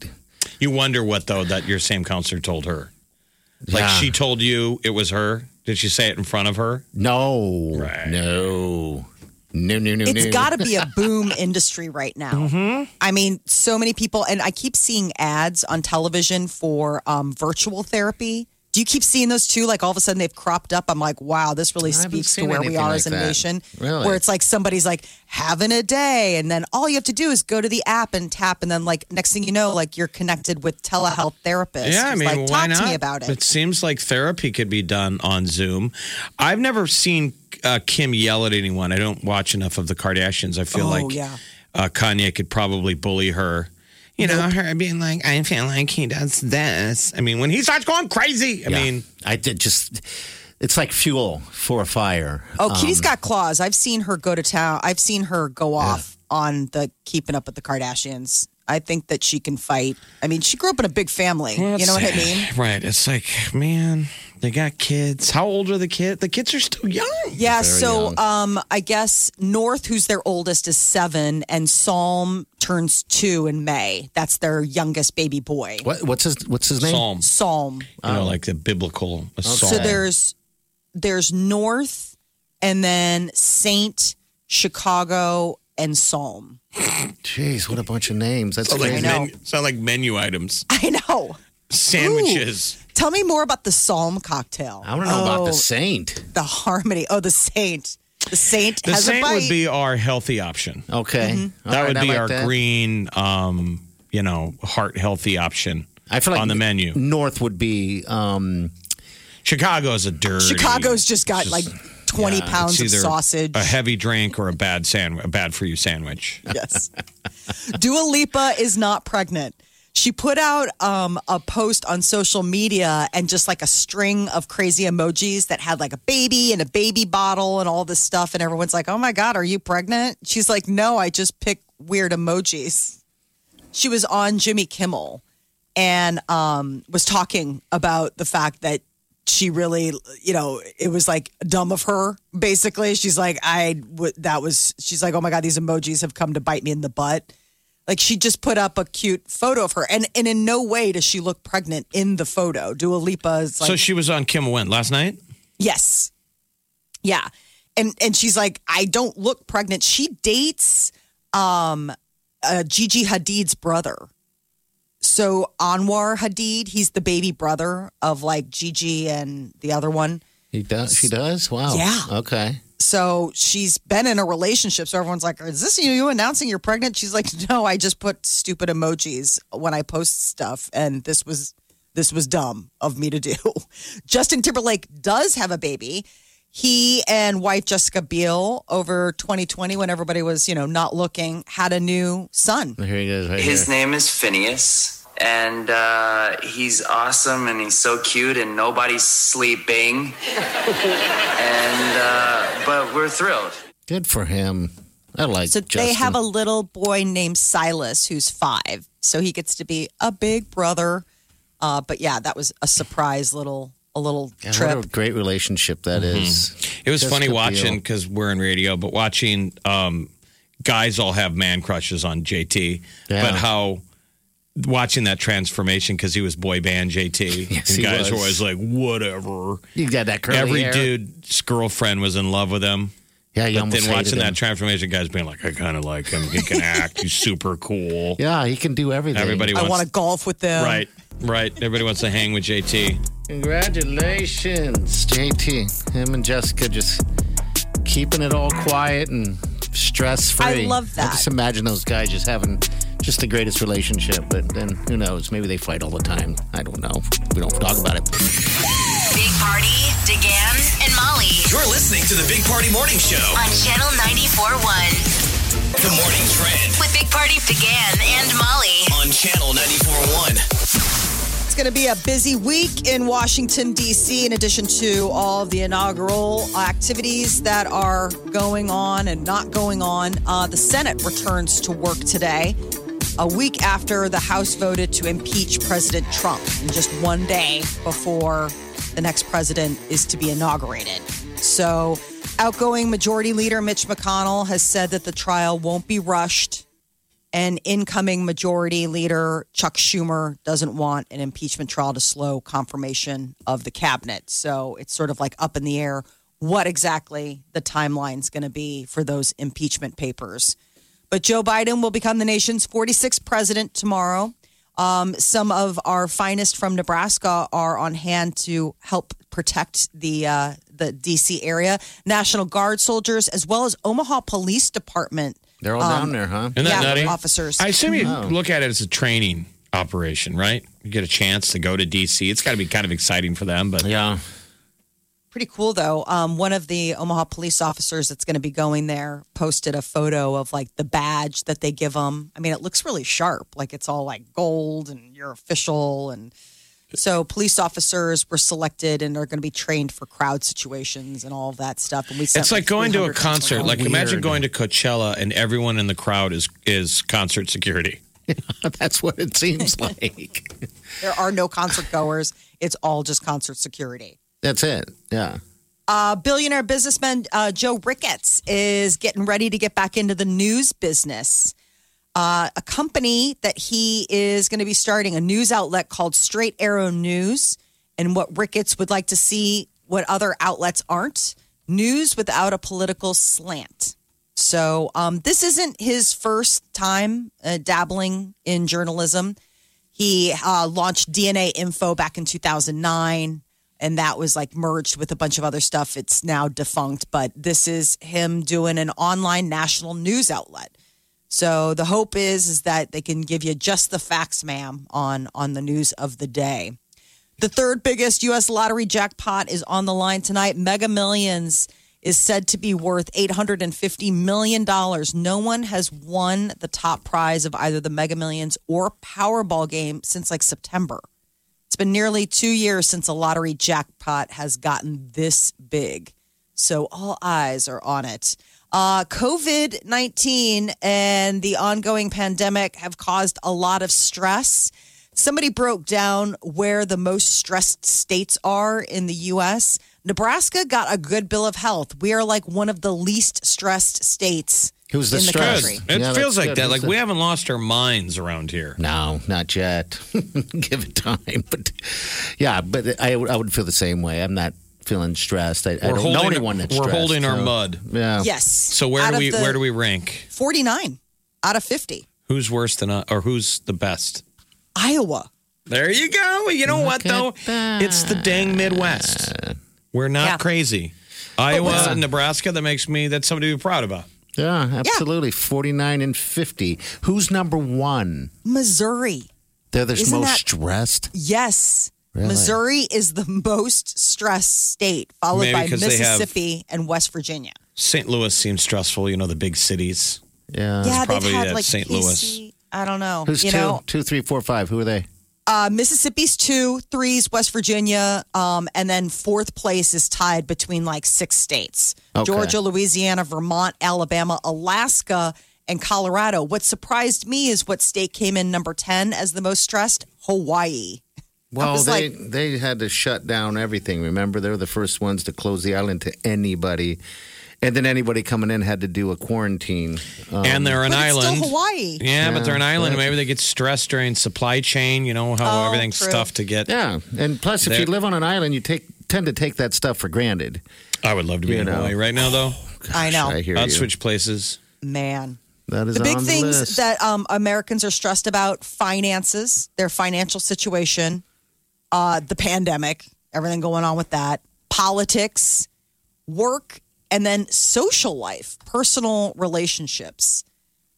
Speaker 4: You wonder what though that your same counselor told her. Like
Speaker 2: Yeah.
Speaker 4: she told you it was her. Did she say it in front of her?
Speaker 2: No,
Speaker 4: Right.
Speaker 2: no, no, no, no.
Speaker 3: It's
Speaker 2: no.
Speaker 3: got to be a boom industry right now.
Speaker 4: Mm-hmm.
Speaker 3: I mean, so many people, and I keep seeing ads on television for um, virtual therapy. Do you keep seeing those too? Like all of a sudden they've cropped up. I'm like, wow, this really
Speaker 2: I haven't
Speaker 3: speaks to
Speaker 2: seen
Speaker 3: where we
Speaker 2: anything
Speaker 3: are
Speaker 2: like
Speaker 3: as a
Speaker 2: that.
Speaker 3: nation.
Speaker 2: Really?
Speaker 3: Where it's like somebody's like having a day, and then all you have to do is go to the app and tap, and then like next thing you know, like you're connected with telehealth therapists.
Speaker 4: Yeah, I
Speaker 3: It's
Speaker 4: mean,
Speaker 3: like,
Speaker 4: why
Speaker 3: talk
Speaker 4: not?
Speaker 3: to me about
Speaker 4: It
Speaker 3: it.
Speaker 4: seems like therapy could be done on Zoom. I've never seen uh, Kim yell at anyone. I don't watch enough of the Kardashians. I feel
Speaker 3: Oh,
Speaker 4: like
Speaker 3: yeah.
Speaker 4: uh, Kanye could probably bully her. You know, her being like, I feel like he does this. I mean, when he starts going crazy, I
Speaker 2: Yeah.
Speaker 4: mean,
Speaker 2: I did just. It's like fuel for a fire.
Speaker 3: Oh, Kitty's got claws. I've seen her go to town. I've seen her go off on the keeping up with the Kardashians. I think that she can fight. I mean, she grew up in a big family. you know what I mean?
Speaker 4: Right. It's like, man, they got kids. How old are the kids? The kids are still young.
Speaker 3: Yeah, so um, I guess North, who's their oldest, is seven, and Psalm turns two in May. That's their youngest baby boy.
Speaker 2: What, what's his What's his name?
Speaker 4: Psalm.
Speaker 3: Psalm.
Speaker 4: You know, like the biblical uh, psalm.
Speaker 3: Um, Oh, So there's there's North, and then Saint, Chicago, and Psalm.
Speaker 2: Jeez, what a bunch of names. That's
Speaker 4: Sound like,
Speaker 2: crazy.
Speaker 4: menu, sound like menu items,
Speaker 3: I know.
Speaker 4: sandwiches.
Speaker 3: Tell me more about the Psalm cocktail.
Speaker 2: I don't know about the
Speaker 3: Oh,
Speaker 2: saint.
Speaker 3: the harmony. Oh, the saint. The saint
Speaker 4: The
Speaker 3: has
Speaker 4: saint
Speaker 3: a bite.
Speaker 4: would be our healthy option.
Speaker 2: Okay,
Speaker 3: Mm-hmm.
Speaker 2: All
Speaker 4: that
Speaker 2: right,
Speaker 4: would
Speaker 2: I
Speaker 4: be
Speaker 2: like
Speaker 4: our
Speaker 2: that.
Speaker 4: green, um, you know, heart healthy option.
Speaker 2: I feel like
Speaker 4: on the menu.
Speaker 2: North would be. Um,
Speaker 4: Chicago's a dirty.
Speaker 3: Chicago's just got like twenty pounds
Speaker 4: It's
Speaker 3: of
Speaker 4: either
Speaker 3: sausage.
Speaker 4: a heavy drink, or a bad sandwich, a bad for you sandwich.
Speaker 3: yes. Dua Lipa is not pregnant. She put out um, a post on social media and just like a string of crazy emojis that had like a baby and a baby bottle and all this stuff. And everyone's like, oh my God, are you pregnant? She's like, no, I just pick weird emojis. She was on Jimmy Kimmel and um, was talking about the fact that she really, you know, it was like dumb of her. Basically, she's like, I w- that was. She's like, oh my god, these emojis have come to bite me in the butt. Like she just put up a cute photo of her, and and in no way does she look pregnant in the photo. Dua Lipa is like,
Speaker 4: so she was on Kim Went last night.
Speaker 3: yes, yeah, and and she's like, I don't look pregnant. She dates um, uh, Gigi Hadid's brother. So Anwar Hadid, he's the baby brother of like Gigi and the other one.
Speaker 2: He does. She does. Wow.
Speaker 3: Yeah.
Speaker 2: Okay.
Speaker 3: So she's been in a relationship. So everyone's like, Is this you, you announcing you're pregnant? She's like, No, I just put stupid emojis when I post stuff. And this was. This was dumb of me to do. Justin Timberlake does have a baby. He and wife Jessica Biel over 2020, when everybody was, you know, not looking, had a new son.
Speaker 2: Here he goes. Right
Speaker 6: His
Speaker 2: here.
Speaker 6: name is Phineas, and uh, he's awesome, and he's so cute, and nobody's sleeping. and uh, but we're thrilled.
Speaker 2: Good for him. I like.
Speaker 3: So they have a little boy named Silas who's five. So he gets to be a big brother. Uh, but yeah, that was a surprise little a little trip.
Speaker 2: What a great relationship that
Speaker 4: Mm-hmm.
Speaker 2: is.
Speaker 4: It was
Speaker 2: Jessica
Speaker 4: funny
Speaker 2: Biel.
Speaker 4: watching because we're in radio, but watching um, guys all have man crushes on JT.
Speaker 2: Yeah.
Speaker 4: But how watching that transformation because he was boy band JT.
Speaker 2: Yes,
Speaker 4: and
Speaker 2: he
Speaker 4: guys were always
Speaker 2: was.
Speaker 4: like, whatever.
Speaker 2: You got that curly
Speaker 4: Every
Speaker 2: hair.
Speaker 4: dude's girlfriend was in love with him.
Speaker 2: Yeah, you
Speaker 4: But
Speaker 2: almost
Speaker 4: then watching
Speaker 2: hated
Speaker 4: that
Speaker 2: him.
Speaker 4: transformation, guys being like, I kind of like him. He can act. He's super cool.
Speaker 2: yeah, he can do everything.
Speaker 4: Everybody
Speaker 3: I
Speaker 4: wants
Speaker 3: want to golf with
Speaker 2: um,
Speaker 3: them.
Speaker 4: Right, right. Everybody wants to hang with JT.
Speaker 2: Congratulations, JT. Him and Jessica just keeping it all quiet and stress
Speaker 3: I
Speaker 2: free.
Speaker 3: love that.
Speaker 2: just imagine those guys just having just the greatest relationship, but then who knows? Maybe they fight all the time. I don't know. We don't talk about it.
Speaker 1: Big Party, DeGan, and Molly
Speaker 5: You're listening to the Big Party Morning Show.
Speaker 1: on Channel 94.1
Speaker 5: The Morning Trend
Speaker 1: with Big Party, DeGan, and Molly.
Speaker 5: on Channel 94.1.
Speaker 3: It's going to be a busy week in Washington, D.C., in addition to all the inaugural activities that are going on and not going on. Uh, the Senate returns to work today, a week after the House voted to impeach President Trump, and just one day before the next president is to be inaugurated. So, outgoing Majority Leader Mitch McConnell has said that the trial won't be rushed and incoming majority leader Chuck Schumer doesn't want an impeachment trial to slow confirmation of the cabinet. So it's sort of like up in the air what exactly the timeline's going to be for those impeachment papers. But Joe Biden will become the nation's 46th president tomorrow. Um, some of our finest from Nebraska are on hand to help protect the uh, the DC area. National Guard soldiers, as well as Omaha Police Department.
Speaker 2: They're all
Speaker 3: Um,
Speaker 2: down there, huh?
Speaker 4: Isn't that
Speaker 3: Yeah,
Speaker 4: nutty?
Speaker 3: officers.
Speaker 4: I assume you
Speaker 2: Oh.
Speaker 4: look at it as a training operation, right? You get a chance to go to DC. It's got to be kind of exciting for them, but
Speaker 2: Yeah.
Speaker 3: Pretty cool though. Um, one of the Omaha police officers that's going to be going there posted a photo of like the badge that they give them. I mean, it looks really sharp. Like it's all like gold and you're official. And so police officers were selected and are going to be trained for crowd situations and all of that stuff. And we sent,
Speaker 4: it's like going to a
Speaker 3: 300
Speaker 4: concert. Like imagine
Speaker 2: Weird.
Speaker 4: going to Coachella and everyone in the crowd is is concert security.
Speaker 2: That's what it seems like.
Speaker 3: there are no concert goers. It's all just concert security.
Speaker 2: That's it. Yeah.
Speaker 3: Uh, billionaire businessman uh, Joe Ricketts is getting ready to get back into the news business. Uh, a company that he is going to be starting, a news outlet called Straight Arrow News. And what Ricketts would like to see, what other outlets aren't news without a political slant. So um, this isn't his first time uh, dabbling in journalism. He uh, launched DNA Info back in 2009, and that was like merged with a bunch of other stuff. It's now defunct, but this is him doing an online national news outlet. So the hope is is that they can give you just the facts, ma'am, on on the news of the day. The third biggest U.S. lottery jackpot is on the line tonight. Mega Millions is said to be worth $850 million. No one has won the top prize of either the Mega Millions or Powerball game since like September. It's been nearly two years since a lottery jackpot has gotten this big. So all eyes are on it. Uh, COVID 19 and the ongoing pandemic have caused a lot of stress. Somebody broke down where the most stressed states are in the U.S. Nebraska got a good bill of health. We are like one of the least stressed states
Speaker 2: Who's the
Speaker 3: In the
Speaker 2: stress?
Speaker 3: country.
Speaker 4: It
Speaker 2: Yeah,
Speaker 4: feels
Speaker 2: that's
Speaker 4: like
Speaker 2: good.
Speaker 4: that.
Speaker 2: Who's
Speaker 4: Like
Speaker 2: the-
Speaker 4: we haven't lost our minds around here.
Speaker 2: No, not yet. Give it time. But yeah, but I, I would feel the same way. I'm not feeling stressed. I,
Speaker 4: We're
Speaker 2: I don't know
Speaker 4: holding-
Speaker 2: anyone that's
Speaker 4: we're
Speaker 2: stressed,
Speaker 4: holding our
Speaker 2: so-
Speaker 4: mud.
Speaker 2: Yeah.
Speaker 3: Yes.
Speaker 4: So where
Speaker 3: Out
Speaker 4: do
Speaker 3: of
Speaker 4: we
Speaker 3: the
Speaker 4: where do we rank?
Speaker 3: 49 out of 50.
Speaker 4: Who's worse than us, or who's the best?
Speaker 3: Iowa.
Speaker 4: There you go. You know what though? It's the dang Midwest. We're not
Speaker 3: Yeah.
Speaker 4: crazy. Iowa,
Speaker 2: what's-
Speaker 4: Nebraska. That makes me. That's something to be proud about.
Speaker 2: Yeah, absolutely. 49 and 50. Who's number one?
Speaker 3: Missouri.
Speaker 2: They're the
Speaker 3: Isn't
Speaker 2: most
Speaker 3: that-
Speaker 2: stressed.
Speaker 3: Yes.
Speaker 2: Really?
Speaker 3: Missouri is the most stressed state, followed
Speaker 4: Maybe
Speaker 3: by
Speaker 4: 'cause they have-
Speaker 3: Mississippi and West Virginia.
Speaker 4: St. Louis seems stressful. You know the big cities.
Speaker 2: Yeah.
Speaker 3: yeah,
Speaker 4: probably
Speaker 3: they've had
Speaker 4: at
Speaker 3: like
Speaker 4: St.
Speaker 3: PC,
Speaker 4: Louis.
Speaker 3: I don't know.
Speaker 2: Who's
Speaker 3: you
Speaker 2: two?
Speaker 3: know,
Speaker 2: Two, three, four, five. Who are they?
Speaker 3: uh, Mississippi's two, three's West Virginia, um, and then fourth place is tied between like six states:
Speaker 2: Okay.
Speaker 3: Georgia, Louisiana, Vermont, Alabama, Alaska, and Colorado. What surprised me is what state came in number ten as the most stressed: Hawaii.
Speaker 2: Well,
Speaker 3: was
Speaker 2: they, they had to shut down everything. Remember, they were the first ones to close the island to anybody. And then anybody coming in had to do a quarantine. Um,
Speaker 4: and they're an
Speaker 3: but it's
Speaker 4: island.
Speaker 3: still Hawaii.
Speaker 4: Yeah, but they're an island.
Speaker 2: right.
Speaker 4: Maybe they get stressed during supply chain. You know how
Speaker 3: Oh,
Speaker 4: everything's
Speaker 3: true.
Speaker 4: stuff to get.
Speaker 2: yeah. And plus, if you
Speaker 4: They're-
Speaker 2: live on an island, you take tend to take that stuff for granted.
Speaker 4: I would love to be
Speaker 2: You
Speaker 4: in
Speaker 2: know.
Speaker 4: Hawaii right now, though.
Speaker 3: I know,
Speaker 2: I hear
Speaker 4: I'd
Speaker 2: you.
Speaker 4: switch places.
Speaker 3: man.
Speaker 2: That is
Speaker 3: the big
Speaker 2: on
Speaker 3: things
Speaker 2: list.
Speaker 3: that um, Americans are stressed about: finances, their financial situation, uh, the pandemic, everything going on with that, politics, work, and then social life, personal relationships.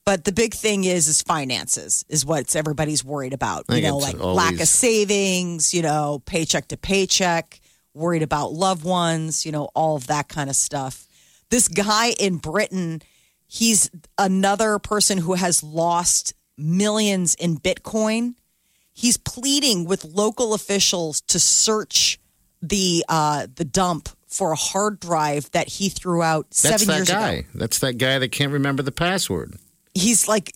Speaker 3: But the big thing is is finances is what everybody's worried about.
Speaker 2: I
Speaker 3: You
Speaker 2: think
Speaker 3: know,
Speaker 2: it's
Speaker 3: like
Speaker 2: always-
Speaker 3: lack of savings. You know, paycheck to paycheck. Worried about loved ones. You know, all of that kind of stuff. This guy in Britain, he's another person who has lost millions in Bitcoin he's pleading with local officials to search the uh, the dump for a hard drive that he threw out
Speaker 2: That's
Speaker 3: seven
Speaker 2: that
Speaker 3: years
Speaker 2: guy.
Speaker 3: ago.
Speaker 2: That's that guy that can't remember the password.
Speaker 3: He's like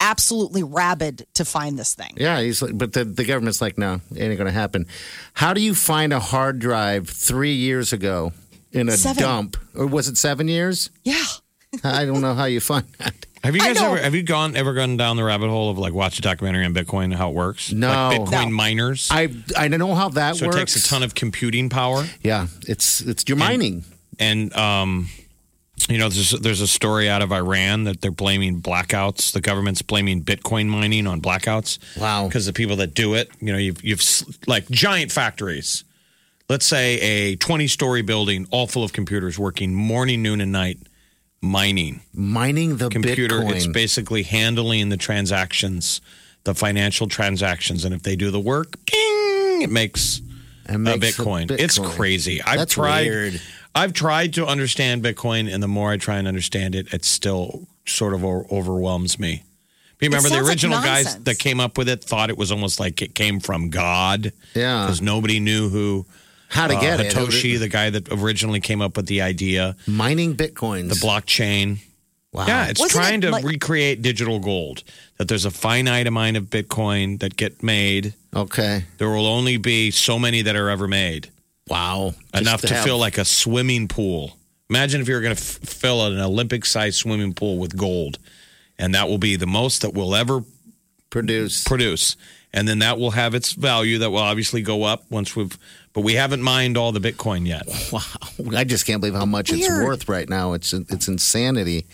Speaker 3: absolutely rabid to find this thing.
Speaker 2: Yeah, he's like, but the, the government's like, no, it ain't gonna happen. How do you find a hard drive three years ago in a
Speaker 3: Seven.
Speaker 2: dump, or was it seven years?
Speaker 3: Yeah.
Speaker 2: I don't know how you find that.
Speaker 4: Have you
Speaker 3: I
Speaker 4: guys
Speaker 3: know.
Speaker 4: ever have you gone ever gone down the rabbit hole of like watch a documentary on Bitcoin and how it works?
Speaker 2: No.
Speaker 4: like Bitcoin
Speaker 3: No.
Speaker 4: miners.
Speaker 2: I I don't know how that
Speaker 4: so
Speaker 2: works.
Speaker 4: it takes a ton of computing power,
Speaker 2: yeah, it's it's your mining.
Speaker 4: and um, you know, there's there's a story out of Iran that they're blaming blackouts. The government's blaming Bitcoin mining on blackouts.
Speaker 2: Wow.
Speaker 4: because the people that do it, you know, you've, you've s- like giant factories. Let's say a 20 story building, all full of computers working morning, noon, and night, mining.
Speaker 2: mining the
Speaker 4: Computer,
Speaker 2: Bitcoin.
Speaker 4: it's basically handling the transactions, the financial transactions. And if they do the work, ping, it makes
Speaker 2: It
Speaker 4: a
Speaker 2: makes a
Speaker 4: Bitcoin. It's
Speaker 2: Bitcoin.
Speaker 4: crazy. I've
Speaker 2: That's
Speaker 4: tried.
Speaker 2: weird.
Speaker 4: I've tried to understand Bitcoin, and the more I try and understand it, it still sort of o- overwhelms me. You remember the
Speaker 3: sounds like
Speaker 4: original guys
Speaker 3: nonsense.
Speaker 4: that came up with it thought it was almost like it came from God
Speaker 2: Yeah.
Speaker 4: because nobody knew who
Speaker 2: Uh. How to
Speaker 4: uh,
Speaker 2: get it?
Speaker 4: Hitoshi, the guy that originally came up with the idea,
Speaker 2: mining bitcoins.
Speaker 4: the blockchain.
Speaker 2: Wow.
Speaker 4: Yeah, it's
Speaker 3: Wasn't
Speaker 4: trying to
Speaker 3: it like-
Speaker 4: recreate digital gold. That there's a finite amount of Bitcoin that get made.
Speaker 2: okay.
Speaker 4: There will only be so many that are ever made
Speaker 2: Wow.
Speaker 4: enough
Speaker 2: Just
Speaker 4: to
Speaker 2: have-
Speaker 4: fill like a swimming pool. Imagine if you were going to f- fill an Olympic sized swimming pool with gold, and that will be the most that we'll ever
Speaker 2: produce.
Speaker 4: produce. And then that will have its value that will obviously go up once we've, but we haven't mined all the Bitcoin yet.
Speaker 2: I just can't believe how much it's
Speaker 3: Weird.
Speaker 2: worth right now. It's it's insanity.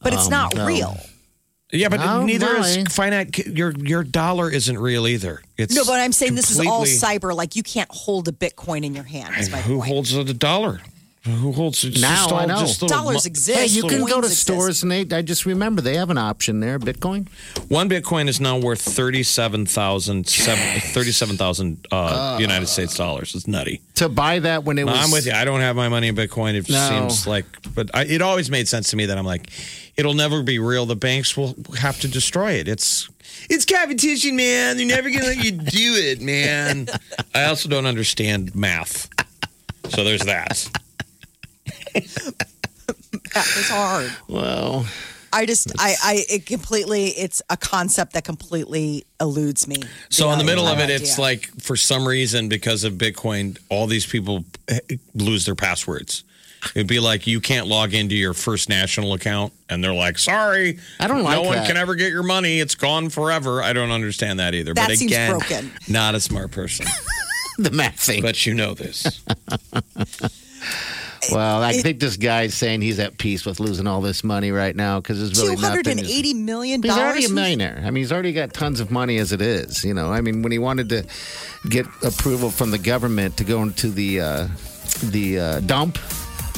Speaker 3: But it's not
Speaker 2: Oh, no.
Speaker 3: real.
Speaker 4: Yeah, but
Speaker 2: Oh,
Speaker 4: neither
Speaker 2: my.
Speaker 4: is finite. Your your dollar isn't real either. It's
Speaker 3: No, but I'm saying this is all
Speaker 4: completely-
Speaker 3: cyber. Like you can't hold a Bitcoin in your hand. Is my
Speaker 4: Who
Speaker 3: point.
Speaker 4: holds the dollar? Who holds it's
Speaker 2: Now
Speaker 4: just all
Speaker 2: I know.
Speaker 4: just little
Speaker 3: Dollars
Speaker 4: mo-
Speaker 3: exist.
Speaker 2: Hey, you can go to
Speaker 3: Coins exist.
Speaker 2: stores and they, I just remember they have an option there, Bitcoin.
Speaker 4: One Bitcoin is now worth 37,000 seven- 37,000, uh, United States dollars. It's nutty.
Speaker 2: To buy that when it
Speaker 4: No,
Speaker 2: was.
Speaker 4: I'm with you. I don't have my money in Bitcoin. It
Speaker 2: No.
Speaker 4: seems like, but I, it always made sense to me that I'm like, it'll never be real. The banks will have to destroy it. It's it's competition, man. They're never gonna let you do it, man. I also don't understand math, so there's that.
Speaker 3: That was hard.
Speaker 2: Well,
Speaker 3: I just, I, I, it completely. It's a concept that completely eludes me.
Speaker 4: So in the middle of it,
Speaker 3: entire
Speaker 4: it's
Speaker 3: idea.
Speaker 4: like for some reason because of Bitcoin, all these people eh, lose their passwords. It'd be like you can't log into your First National account, and they're like, "Sorry,
Speaker 2: I don't
Speaker 4: No
Speaker 2: like
Speaker 4: one
Speaker 2: that.
Speaker 4: can ever get your money; it's gone forever." I don't understand that either.
Speaker 3: That
Speaker 4: but
Speaker 3: seems
Speaker 4: again,
Speaker 3: broken.
Speaker 4: not a smart person.
Speaker 2: the math thing.
Speaker 4: but you know this.
Speaker 2: well, I think this guy's saying he's at peace with losing all this money right now because there's really
Speaker 3: Two hundred
Speaker 2: nothing.
Speaker 3: and
Speaker 2: to-
Speaker 3: eighty million
Speaker 2: He's already
Speaker 3: dollars.
Speaker 2: a millionaire. I mean, he's already got tons of money as it is. You know, I mean, when he wanted to get approval from the government to go into the uh, the uh, dump,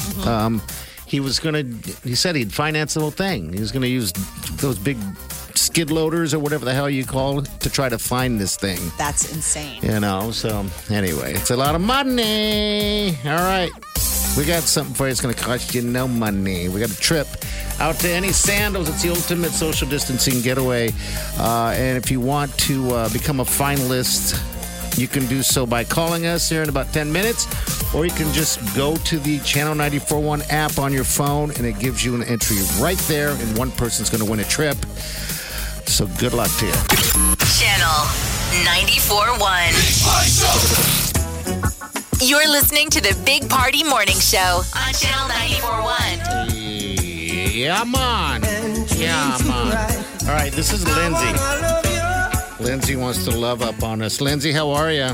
Speaker 3: Mm-hmm.
Speaker 2: um, he was going to. He said he'd finance the whole thing. He was going to use those big skid loaders or whatever the hell you call it to try to find this thing.
Speaker 3: That's insane.
Speaker 2: You know, so anyway, it's a lot of money. All right. We got something for you. It's going to cost you no money. We got a trip out to any sandals. It's the ultimate social distancing getaway. Uh, and if you want to uh, become a finalist, you can do so by calling us here in about 10 minutes, or you can just go to the Channel 941 app on your phone, and it gives you an entry right there, and one person's going to win a trip. So good luck to you.
Speaker 1: Channel 941. You're listening to the Big Party Morning Show on Channel 941.
Speaker 2: Yeah, man. Yeah, man. All right, this is Lindsay. Lindsay wants to love up on us. Lindsay, how are you?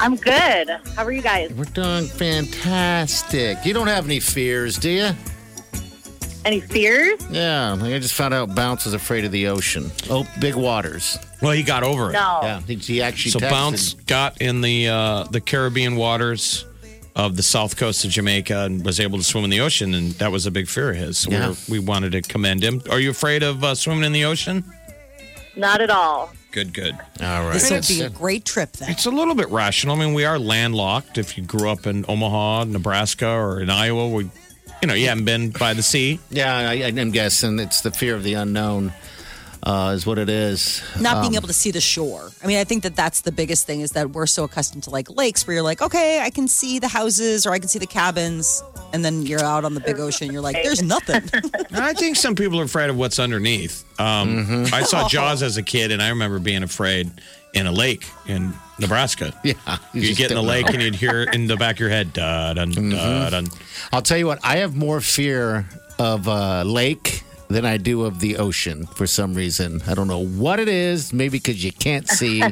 Speaker 9: I'm good. How are you guys?
Speaker 2: We're doing fantastic. You don't have any fears, do you?
Speaker 9: Any fears?
Speaker 2: Yeah, like I just found out Bounce is afraid of the ocean. Oh, big waters.
Speaker 4: Well, he got over it.
Speaker 9: No.
Speaker 3: Oh.
Speaker 2: Yeah, he, he actually
Speaker 4: So
Speaker 2: texted.
Speaker 4: Bounce got in the uh, the Caribbean waters of the south coast of Jamaica and was able to swim in the ocean, and that was a big fear of his. So we
Speaker 2: Yeah.
Speaker 4: were- we wanted to commend him. Are you afraid of uh, swimming in the ocean?
Speaker 9: Not at all.
Speaker 4: Good, good.
Speaker 2: All right. uh,
Speaker 3: This would
Speaker 2: that's
Speaker 3: be a
Speaker 2: it.
Speaker 3: great trip then.
Speaker 4: It's a little bit rational. I mean, we are landlocked. If you grew up in Omaha, Nebraska, or in Iowa, we, you know, you haven't been by the sea.
Speaker 2: Yeah, I, I'm guessing it's the fear of the unknown uh, is what it is.
Speaker 3: Not
Speaker 2: Um,
Speaker 3: being able to see the shore. I mean, I think that that's the biggest thing is that we're so accustomed to like lakes where you're like, okay, I can see the houses or I can see the cabins, and then you're out on the big ocean. You're like, there's nothing.
Speaker 4: I think some people are afraid of what's underneath. Um,
Speaker 2: Mm-hmm.
Speaker 4: I saw Jaws as a kid, and I remember being afraid in a lake in Nebraska.
Speaker 2: Yeah, you
Speaker 4: You
Speaker 2: just
Speaker 4: get in the
Speaker 2: don't know. Mm-hmm.
Speaker 4: lake and you'd hear in the back of your head, da dun, da dun.
Speaker 2: I'll tell you what, I have more fear of a lake than I do of the ocean for some reason. I don't know what it is, maybe because you can't see.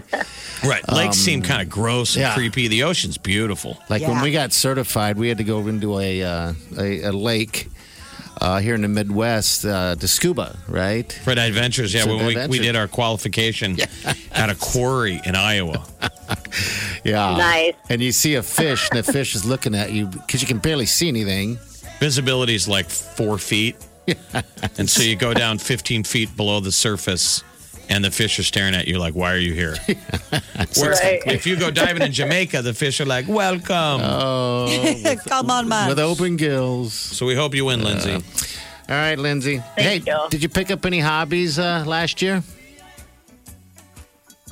Speaker 4: Right. Lakes seem kind of gross and
Speaker 2: Um, yeah.
Speaker 4: creepy. The ocean's beautiful.
Speaker 2: Like when
Speaker 3: Yeah.
Speaker 2: we got certified, we had to go into a, uh, a, a lake uh, here in the Midwest uh, to scuba, right?
Speaker 4: Fred Adventures, yeah,
Speaker 2: It's
Speaker 4: when
Speaker 2: an
Speaker 4: we, we
Speaker 2: adventure.
Speaker 4: did our qualification at a quarry in Iowa.
Speaker 2: Yeah.
Speaker 9: Nice.
Speaker 2: And you see a fish, and the fish is looking at you because you can barely see anything.
Speaker 4: Visibility is like four feet. and so you go down 15 feet below the surface, and the fish are staring at you like, why are you here? Whereas
Speaker 9: Right.
Speaker 4: If you go diving in Jamaica, the fish are like, welcome.
Speaker 2: Oh.
Speaker 3: Come on, man.
Speaker 2: With open gills.
Speaker 4: so we hope you win, Lindsay.
Speaker 2: All right, Lindsay.
Speaker 9: Thank
Speaker 2: hey,
Speaker 9: you.
Speaker 2: did you pick up any hobbies uh, last year?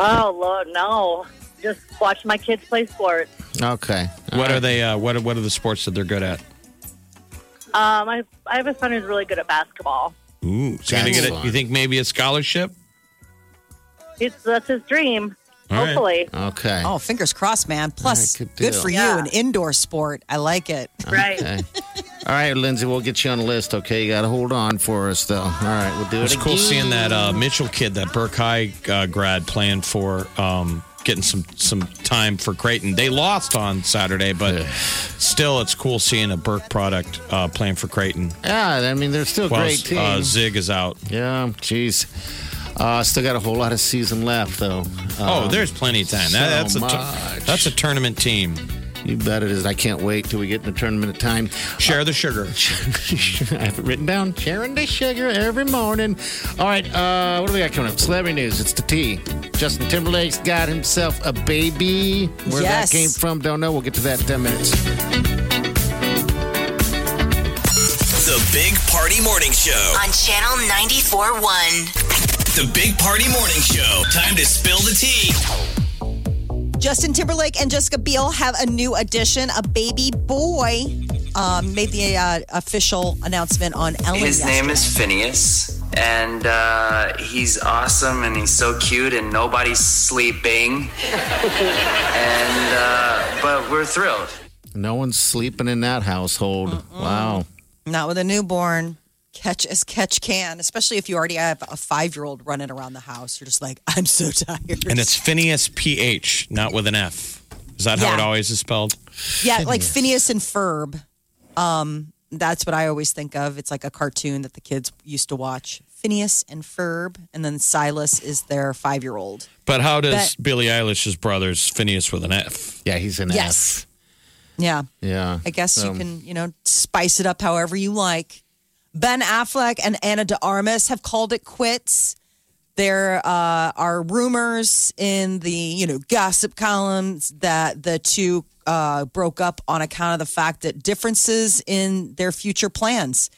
Speaker 9: Oh Lord, no. Just watch my kids play sports.
Speaker 2: Okay. All
Speaker 4: What
Speaker 2: right.
Speaker 4: are they? Uh, what, are, what are the sports that they're good at?
Speaker 9: Um, I, I have a son who's really good at basketball.
Speaker 4: Ooh, so you're gonna
Speaker 2: That's
Speaker 4: get it.
Speaker 2: fun.
Speaker 4: You think maybe a scholarship?
Speaker 9: It's that's his dream.
Speaker 4: All right.
Speaker 9: hopefully,
Speaker 2: Okay.
Speaker 3: Oh, fingers crossed, man. Plus,
Speaker 2: All right, good
Speaker 3: good
Speaker 2: deal.
Speaker 3: for you,
Speaker 9: Yeah.
Speaker 3: an indoor sport. I like it.
Speaker 9: right?
Speaker 2: Okay. All right, Lindsay, we'll get you on the list, okay? You got to hold on for us, though. All right, we'll do it.
Speaker 4: It's cool
Speaker 2: again.
Speaker 4: seeing that uh, Mitchell kid, that Burke High uh, grad, playing for um, getting some some time for Creighton. They lost on Saturday, but still, it's cool seeing a Burke product uh, playing for Creighton.
Speaker 2: Yeah, I mean, they're still
Speaker 4: While
Speaker 2: great team.
Speaker 4: uh, Zig is out.
Speaker 2: yeah, jeez. Uh, still got a whole lot of season left, though.
Speaker 4: Oh,
Speaker 2: Um,
Speaker 4: there's plenty of time.
Speaker 2: so
Speaker 4: That, that's a
Speaker 2: much.
Speaker 4: tu- that's a tournament team.
Speaker 2: You bet it is. I can't wait till we get in the tournament of time.
Speaker 4: Share the sugar.
Speaker 2: I have it written down. Sharing the sugar every morning. All right, uh, what do we got coming up? Celebrity news. It's the T. Justin Timberlake's got himself a baby. Where
Speaker 3: Yes.
Speaker 2: that came from, don't know. We'll get to that in 10 minutes.
Speaker 5: The Big Party Morning Show.
Speaker 1: On Channel 941.
Speaker 5: The Big Party Morning Show. Time to spill the tea.
Speaker 3: Justin Timberlake and Jessica Biel have a new addition, a baby boy. Um, made the uh, official announcement on Ellen.
Speaker 6: His
Speaker 3: yesterday.
Speaker 6: name is Phineas, and uh, he's awesome, and he's so cute, and nobody's sleeping. and uh, but we're thrilled.
Speaker 2: No one's sleeping in that household. Wow.
Speaker 3: Not with a newborn. Catch as catch can, especially if you already have a five year old running around the house. You're just like, I'm so tired.
Speaker 4: And it's Phineas PH, not with an F. Is that how it
Speaker 3: Yeah.
Speaker 4: always is spelled?
Speaker 3: yeah, like Phineas and Ferb. Um, that's what I always think of. It's like a cartoon that the kids used to watch. Phineas and Ferb, and then Silas is their five year old.
Speaker 4: But how does
Speaker 3: But-
Speaker 4: Billie Eilish's brother's Phineas with an F?
Speaker 2: Yeah, he's an
Speaker 3: Yes. Yeah.
Speaker 2: Yeah.
Speaker 3: I guess
Speaker 2: Um,
Speaker 3: you can, you know, spice it up however you like. Ben Affleck and Anna De Armas have called it quits. There uh, are rumors in the, you know, gossip columns that the two uh, broke up on account of the fact that differences in their future plans.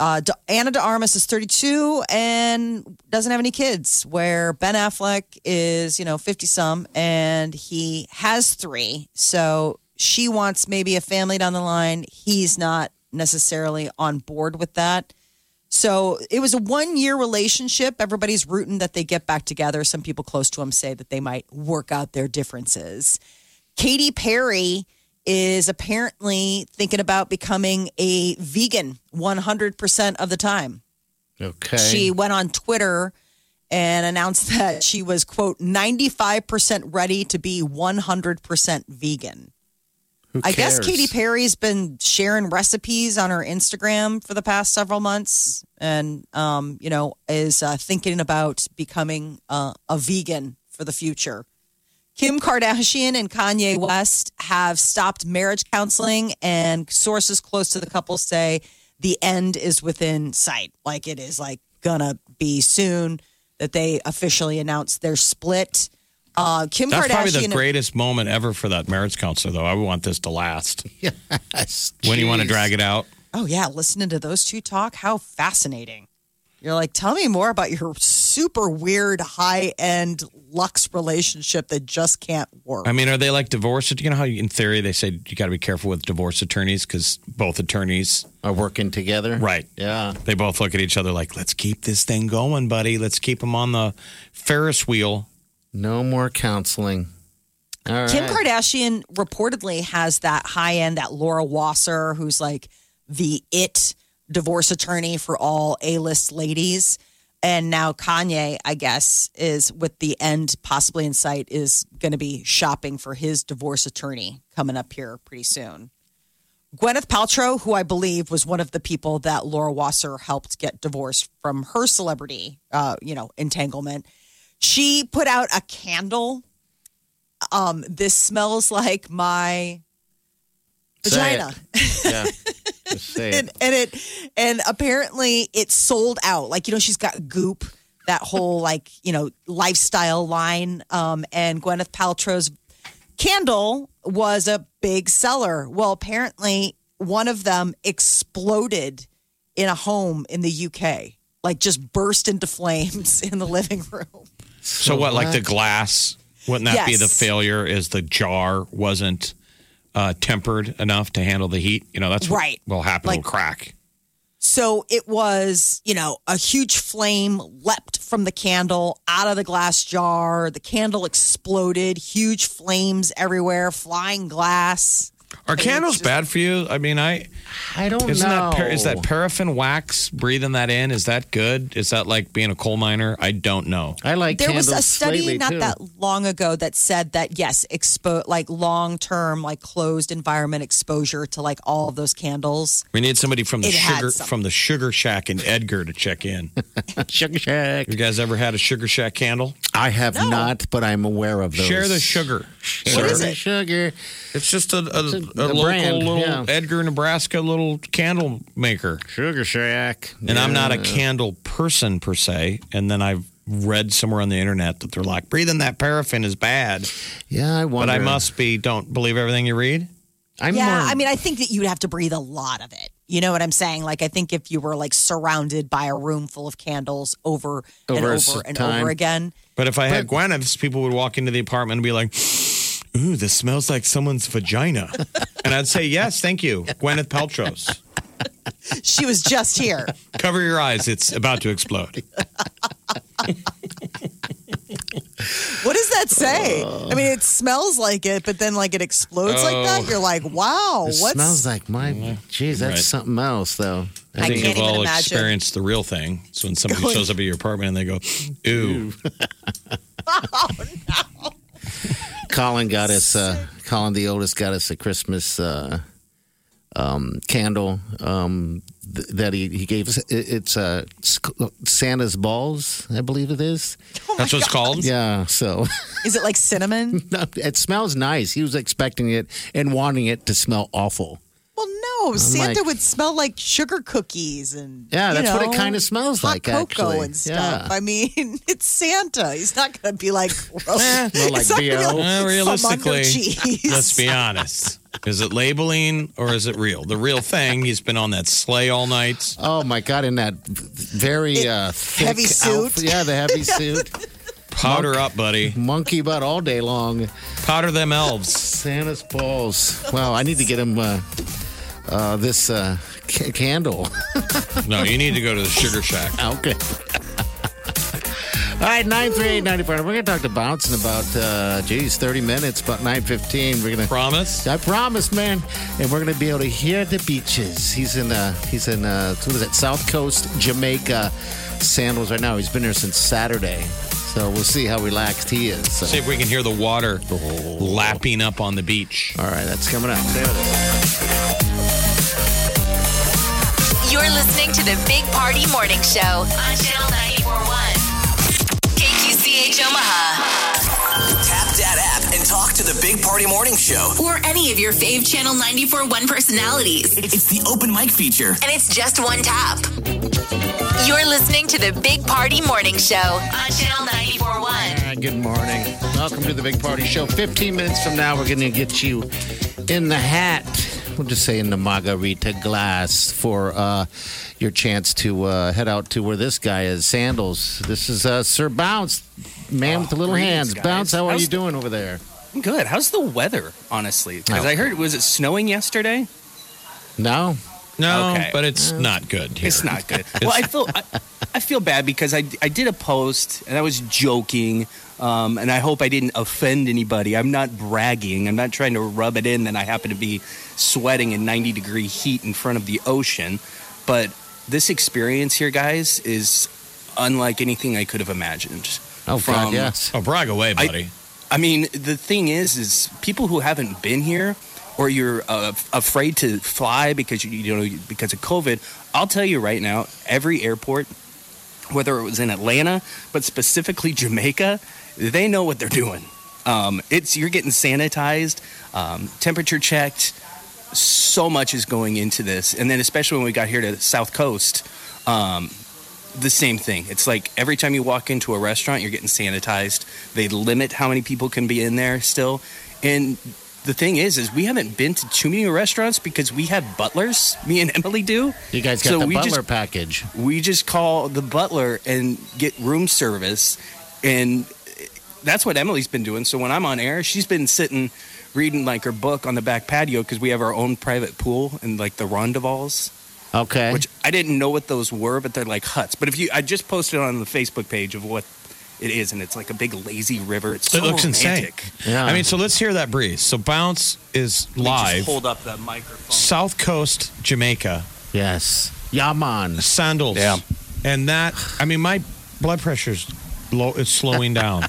Speaker 3: Uh, D- Anna De Armas is 32 and doesn't have any kids, where Ben Affleck is, you know, 50 some and he has three. So she wants maybe a family down the line. He's not necessarily on board with that. So it was a one year relationship. Everybody's rooting that they get back together. Some people close to him say that they might work out their differences. Katy Perry is apparently thinking about becoming a vegan 100% of the time.
Speaker 2: Okay.
Speaker 3: She went on Twitter and announced that she was, quote, 95% ready to be 100% vegan.
Speaker 2: Who
Speaker 3: I guess
Speaker 2: cares?
Speaker 3: Katy Perry's been sharing recipes on her Instagram for the past several months and, um, you know, is uh, thinking about becoming uh, a vegan for the future. Kim Kardashian and Kanye West have stopped marriage counseling, and sources close to the couple say the end is within sight. Like it is like gonna be soon that they officially announce their split. Uh, Kim
Speaker 4: That's
Speaker 3: Kardashian.
Speaker 4: probably the greatest moment ever for that marriage counselor, though. I would want this to last.
Speaker 2: Yes.
Speaker 4: When you want to
Speaker 2: Jeez.
Speaker 4: drag it out,
Speaker 3: oh yeah, listening to those two talk, how fascinating! You're like, tell me more about your super weird high end luxe relationship that just can't work.
Speaker 4: I mean, are they like divorce? You know how, in theory, they say you got to be careful with divorce attorneys because both attorneys,
Speaker 2: Are working together.
Speaker 4: right?
Speaker 2: Yeah.
Speaker 4: They both look at each other like, "Let's keep this thing going, buddy. Let's keep them on the Ferris wheel."
Speaker 2: No more counseling. All right.
Speaker 3: Kim Kardashian reportedly has that high end, that Laura Wasser, who's like the it divorce attorney for all A list ladies. And now Kanye, I guess, is with the end possibly in sight, is going to be shopping for his divorce attorney coming up here pretty soon. Gwyneth Paltrow, who I believe was one of the people that Laura Wasser helped get divorced from her celebrity, uh, you know, entanglement, she put out a candle. Um, this smells like my
Speaker 2: Say it.
Speaker 3: vagina.
Speaker 2: Yeah. Just say it.
Speaker 3: And, and it and apparently it sold out. Like, you know, she's got goop, that whole like, you know, lifestyle line. Um, and Gwyneth Paltrow's candle was a big seller. Well, apparently one of them exploded in a home in the UK. Like just burst into flames in the living room.
Speaker 4: So what? Like the glass? Wouldn't that be
Speaker 3: Uh-huh. Yes.
Speaker 4: the failure? Is the jar wasn't uh, tempered enough to handle the heat? You know, that's what
Speaker 3: Right.
Speaker 4: will happen.
Speaker 3: Like-
Speaker 4: it'll crack.
Speaker 3: So it was, you know, a huge flame leapt from the candle out of the glass jar. The candle exploded, huge flames everywhere, flying glass.
Speaker 4: Are candles bad for you? I mean, I
Speaker 2: I don't
Speaker 4: isn't
Speaker 2: know.
Speaker 4: that par- is that paraffin wax? Breathing that in is that good? Is that like being a coal miner? I don't know.
Speaker 2: I like
Speaker 3: There was
Speaker 2: candles
Speaker 3: a study
Speaker 2: lately,
Speaker 3: not
Speaker 2: too.
Speaker 3: that long ago that said that yes, expo- like long term, like closed environment exposure to like all of those candles.
Speaker 4: We need somebody from the
Speaker 3: It had
Speaker 4: sugar
Speaker 3: some.
Speaker 4: from the Sugar Shack in Edgar to check in.
Speaker 2: Sugar shack.
Speaker 4: You guys ever had a Sugar Shack candle?
Speaker 2: I have not, but I'm aware of those.
Speaker 4: Share the sugar.
Speaker 2: Share
Speaker 3: is
Speaker 2: the
Speaker 3: it?
Speaker 2: Sugar.
Speaker 4: It's just a, a, a,
Speaker 2: a
Speaker 4: local
Speaker 2: brand,
Speaker 4: little
Speaker 2: yeah.
Speaker 4: Edgar, Nebraska little candle maker.
Speaker 2: Sugar shack.
Speaker 4: And I'm not a candle person per se. And then I've read somewhere on the internet that they're like, breathing that paraffin is bad.
Speaker 2: Yeah, I
Speaker 4: But
Speaker 2: wonder.
Speaker 4: I must be, don't believe everything you read.
Speaker 2: I'm
Speaker 3: yeah,
Speaker 2: more-
Speaker 3: I mean, I think that you'd have to breathe a lot of it. You know what I'm saying? Like, I think if you were like surrounded by a room full of candles over, and
Speaker 2: Over a
Speaker 3: over and
Speaker 2: time.
Speaker 3: over again,
Speaker 4: But if I had Gwyneth's, people would walk into the apartment and be like, ooh, this smells like someone's vagina. and I'd say, yes, thank you, Gwyneth Paltrow's.
Speaker 3: she was just here.
Speaker 4: Cover your eyes. It's about to explode.
Speaker 3: What is that that say? I mean, it smells like it, but then like it explodes like that.
Speaker 2: Uh. Oh.
Speaker 3: You're like, wow,
Speaker 2: It
Speaker 3: what's
Speaker 2: smells like my. Jeez, that's
Speaker 4: Right.
Speaker 2: something else, though.
Speaker 4: I, think you've
Speaker 3: can't even
Speaker 4: all
Speaker 3: imagine.
Speaker 4: experienced the real thing. It's when somebody
Speaker 3: Going-
Speaker 4: shows up at your apartment and they go, "Ooh,
Speaker 2: Colin got us. Uh, Colin, the oldest, got us a Christmas uh, um, candle um, th- that he, he gave us. It, it's uh, s- Santa's balls, I believe it is.
Speaker 3: Oh
Speaker 4: that's what it's called."
Speaker 2: Yeah. So
Speaker 3: Is it like cinnamon?
Speaker 2: no, it smells nice. He was expecting it and wanting it to smell awful.
Speaker 3: Well, no, Santa
Speaker 2: like-
Speaker 3: would smell like sugar cookies and
Speaker 2: Yeah,
Speaker 3: you
Speaker 2: that's what it
Speaker 3: know,
Speaker 2: kinda smells
Speaker 3: hot
Speaker 2: like,
Speaker 3: cocoa
Speaker 2: actually.
Speaker 3: and stuff.
Speaker 2: Yeah.
Speaker 3: I mean, it's Santa. He's not going to be like,
Speaker 4: Eh,
Speaker 3: gross.
Speaker 2: Smell like
Speaker 3: It's not gonna be
Speaker 2: bo.
Speaker 4: Uh, realistically,
Speaker 3: Flamingo cheese.
Speaker 4: let's be honest. Is it labeling or is it real? The real thing. He's been on that sleigh all night.
Speaker 2: Oh my god! In that very uh, thick
Speaker 3: heavy suit.
Speaker 2: outfit. yeah, the heavy suit,
Speaker 4: Powder up, buddy.
Speaker 2: monkey butt all day long.
Speaker 4: Powder them elves.
Speaker 2: Santa's balls. Wow, I need to get him uh, uh, this uh, c- candle.
Speaker 4: No, you need to go to the sugar shack.
Speaker 2: Okay. All right, 938 We're going to talk to Bouncing about, uh, geez, 30 minutes, about 915. We're going to.
Speaker 4: Promise.
Speaker 2: I promise, man. And we're going to be able to hear the beaches. He's in, uh, he's in, uh, what is it, South Coast, Jamaica sandals right now. He's been here since Saturday. So we'll see how relaxed he is. So.
Speaker 4: See if we can hear the water lapping up on the beach.
Speaker 2: All right, that's coming up. Stay with us.
Speaker 1: You're listening to the Big Party Morning Show on Channel 941. KQCH Omaha.
Speaker 5: Tap that app and talk to the Big Party Morning Show.
Speaker 1: Or any of your fave Channel 941 personalities.
Speaker 5: It's the open mic feature.
Speaker 1: And it's just one tap. You're listening to the Big Party Morning Show on Channel 941.
Speaker 2: All right, good morning. Welcome to the Big Party Show. 15 minutes from now, we're going to get you in the hat. We'll just say in the margarita glass for uh, your chance to uh, head out to where this guy is, Sandals. This is uh, Sir Bounce, man with the little hands.
Speaker 10: greetings, guys.
Speaker 2: Bounce, how are
Speaker 10: How's
Speaker 2: you doing over there?
Speaker 10: Good. How's the weather, honestly? Because
Speaker 2: Oh.
Speaker 10: I heard, was it snowing yesterday?
Speaker 2: No?
Speaker 4: No,
Speaker 10: Okay.
Speaker 4: but it's not good. Here.
Speaker 10: It's not good. well, I feel I, I feel bad because I, I did a post and I was joking, um, and I hope I didn't offend anybody. I'm not bragging. I'm not trying to rub it in that I happen to be sweating in 90 degree heat in front of the ocean, but this experience here, guys, is unlike anything I could have imagined.
Speaker 2: Oh, God,
Speaker 10: From-
Speaker 2: yes.
Speaker 4: Oh, brag away,
Speaker 10: I-
Speaker 4: buddy.
Speaker 10: I mean, the thing is, is people who haven't been here or you're uh, f- afraid to fly because you, you know because of COVID. I'll tell you right now, every airport, whether it was in Atlanta, but specifically Jamaica, they know what they're doing. Um, it's you're getting sanitized, um, temperature checked. So much is going into this, and then especially when we got here to the South Coast, um, the same thing. It's like every time you walk into a restaurant, you're getting sanitized. They limit how many people can be in there still. And the thing is, is we haven't been to too many restaurants because we have butlers. Me and Emily do.
Speaker 2: You guys got
Speaker 10: So
Speaker 2: the
Speaker 10: we
Speaker 2: butler
Speaker 10: just-
Speaker 2: package.
Speaker 10: We just call the butler and get room service, and that's what Emily's been doing. So when I'm on air, she's been sitting reading like her book on the back patio because we have our own private pool and like the rondevals
Speaker 2: Okay.
Speaker 10: which I didn't know what those were, but they're like huts. But if you, I just posted on the Facebook page of what it is, and it's like a big lazy river. It's so
Speaker 4: it looks
Speaker 10: romantic.
Speaker 4: insane.
Speaker 2: Yeah.
Speaker 4: I mean, so let's hear that breeze. So bounce is
Speaker 10: Let me
Speaker 4: live.
Speaker 10: Just hold up the microphone.
Speaker 4: South Coast, Jamaica,
Speaker 2: yes. Yaman.
Speaker 4: sandals.
Speaker 10: Yeah.
Speaker 4: And that, I mean, my blood pressure's low. It's slowing down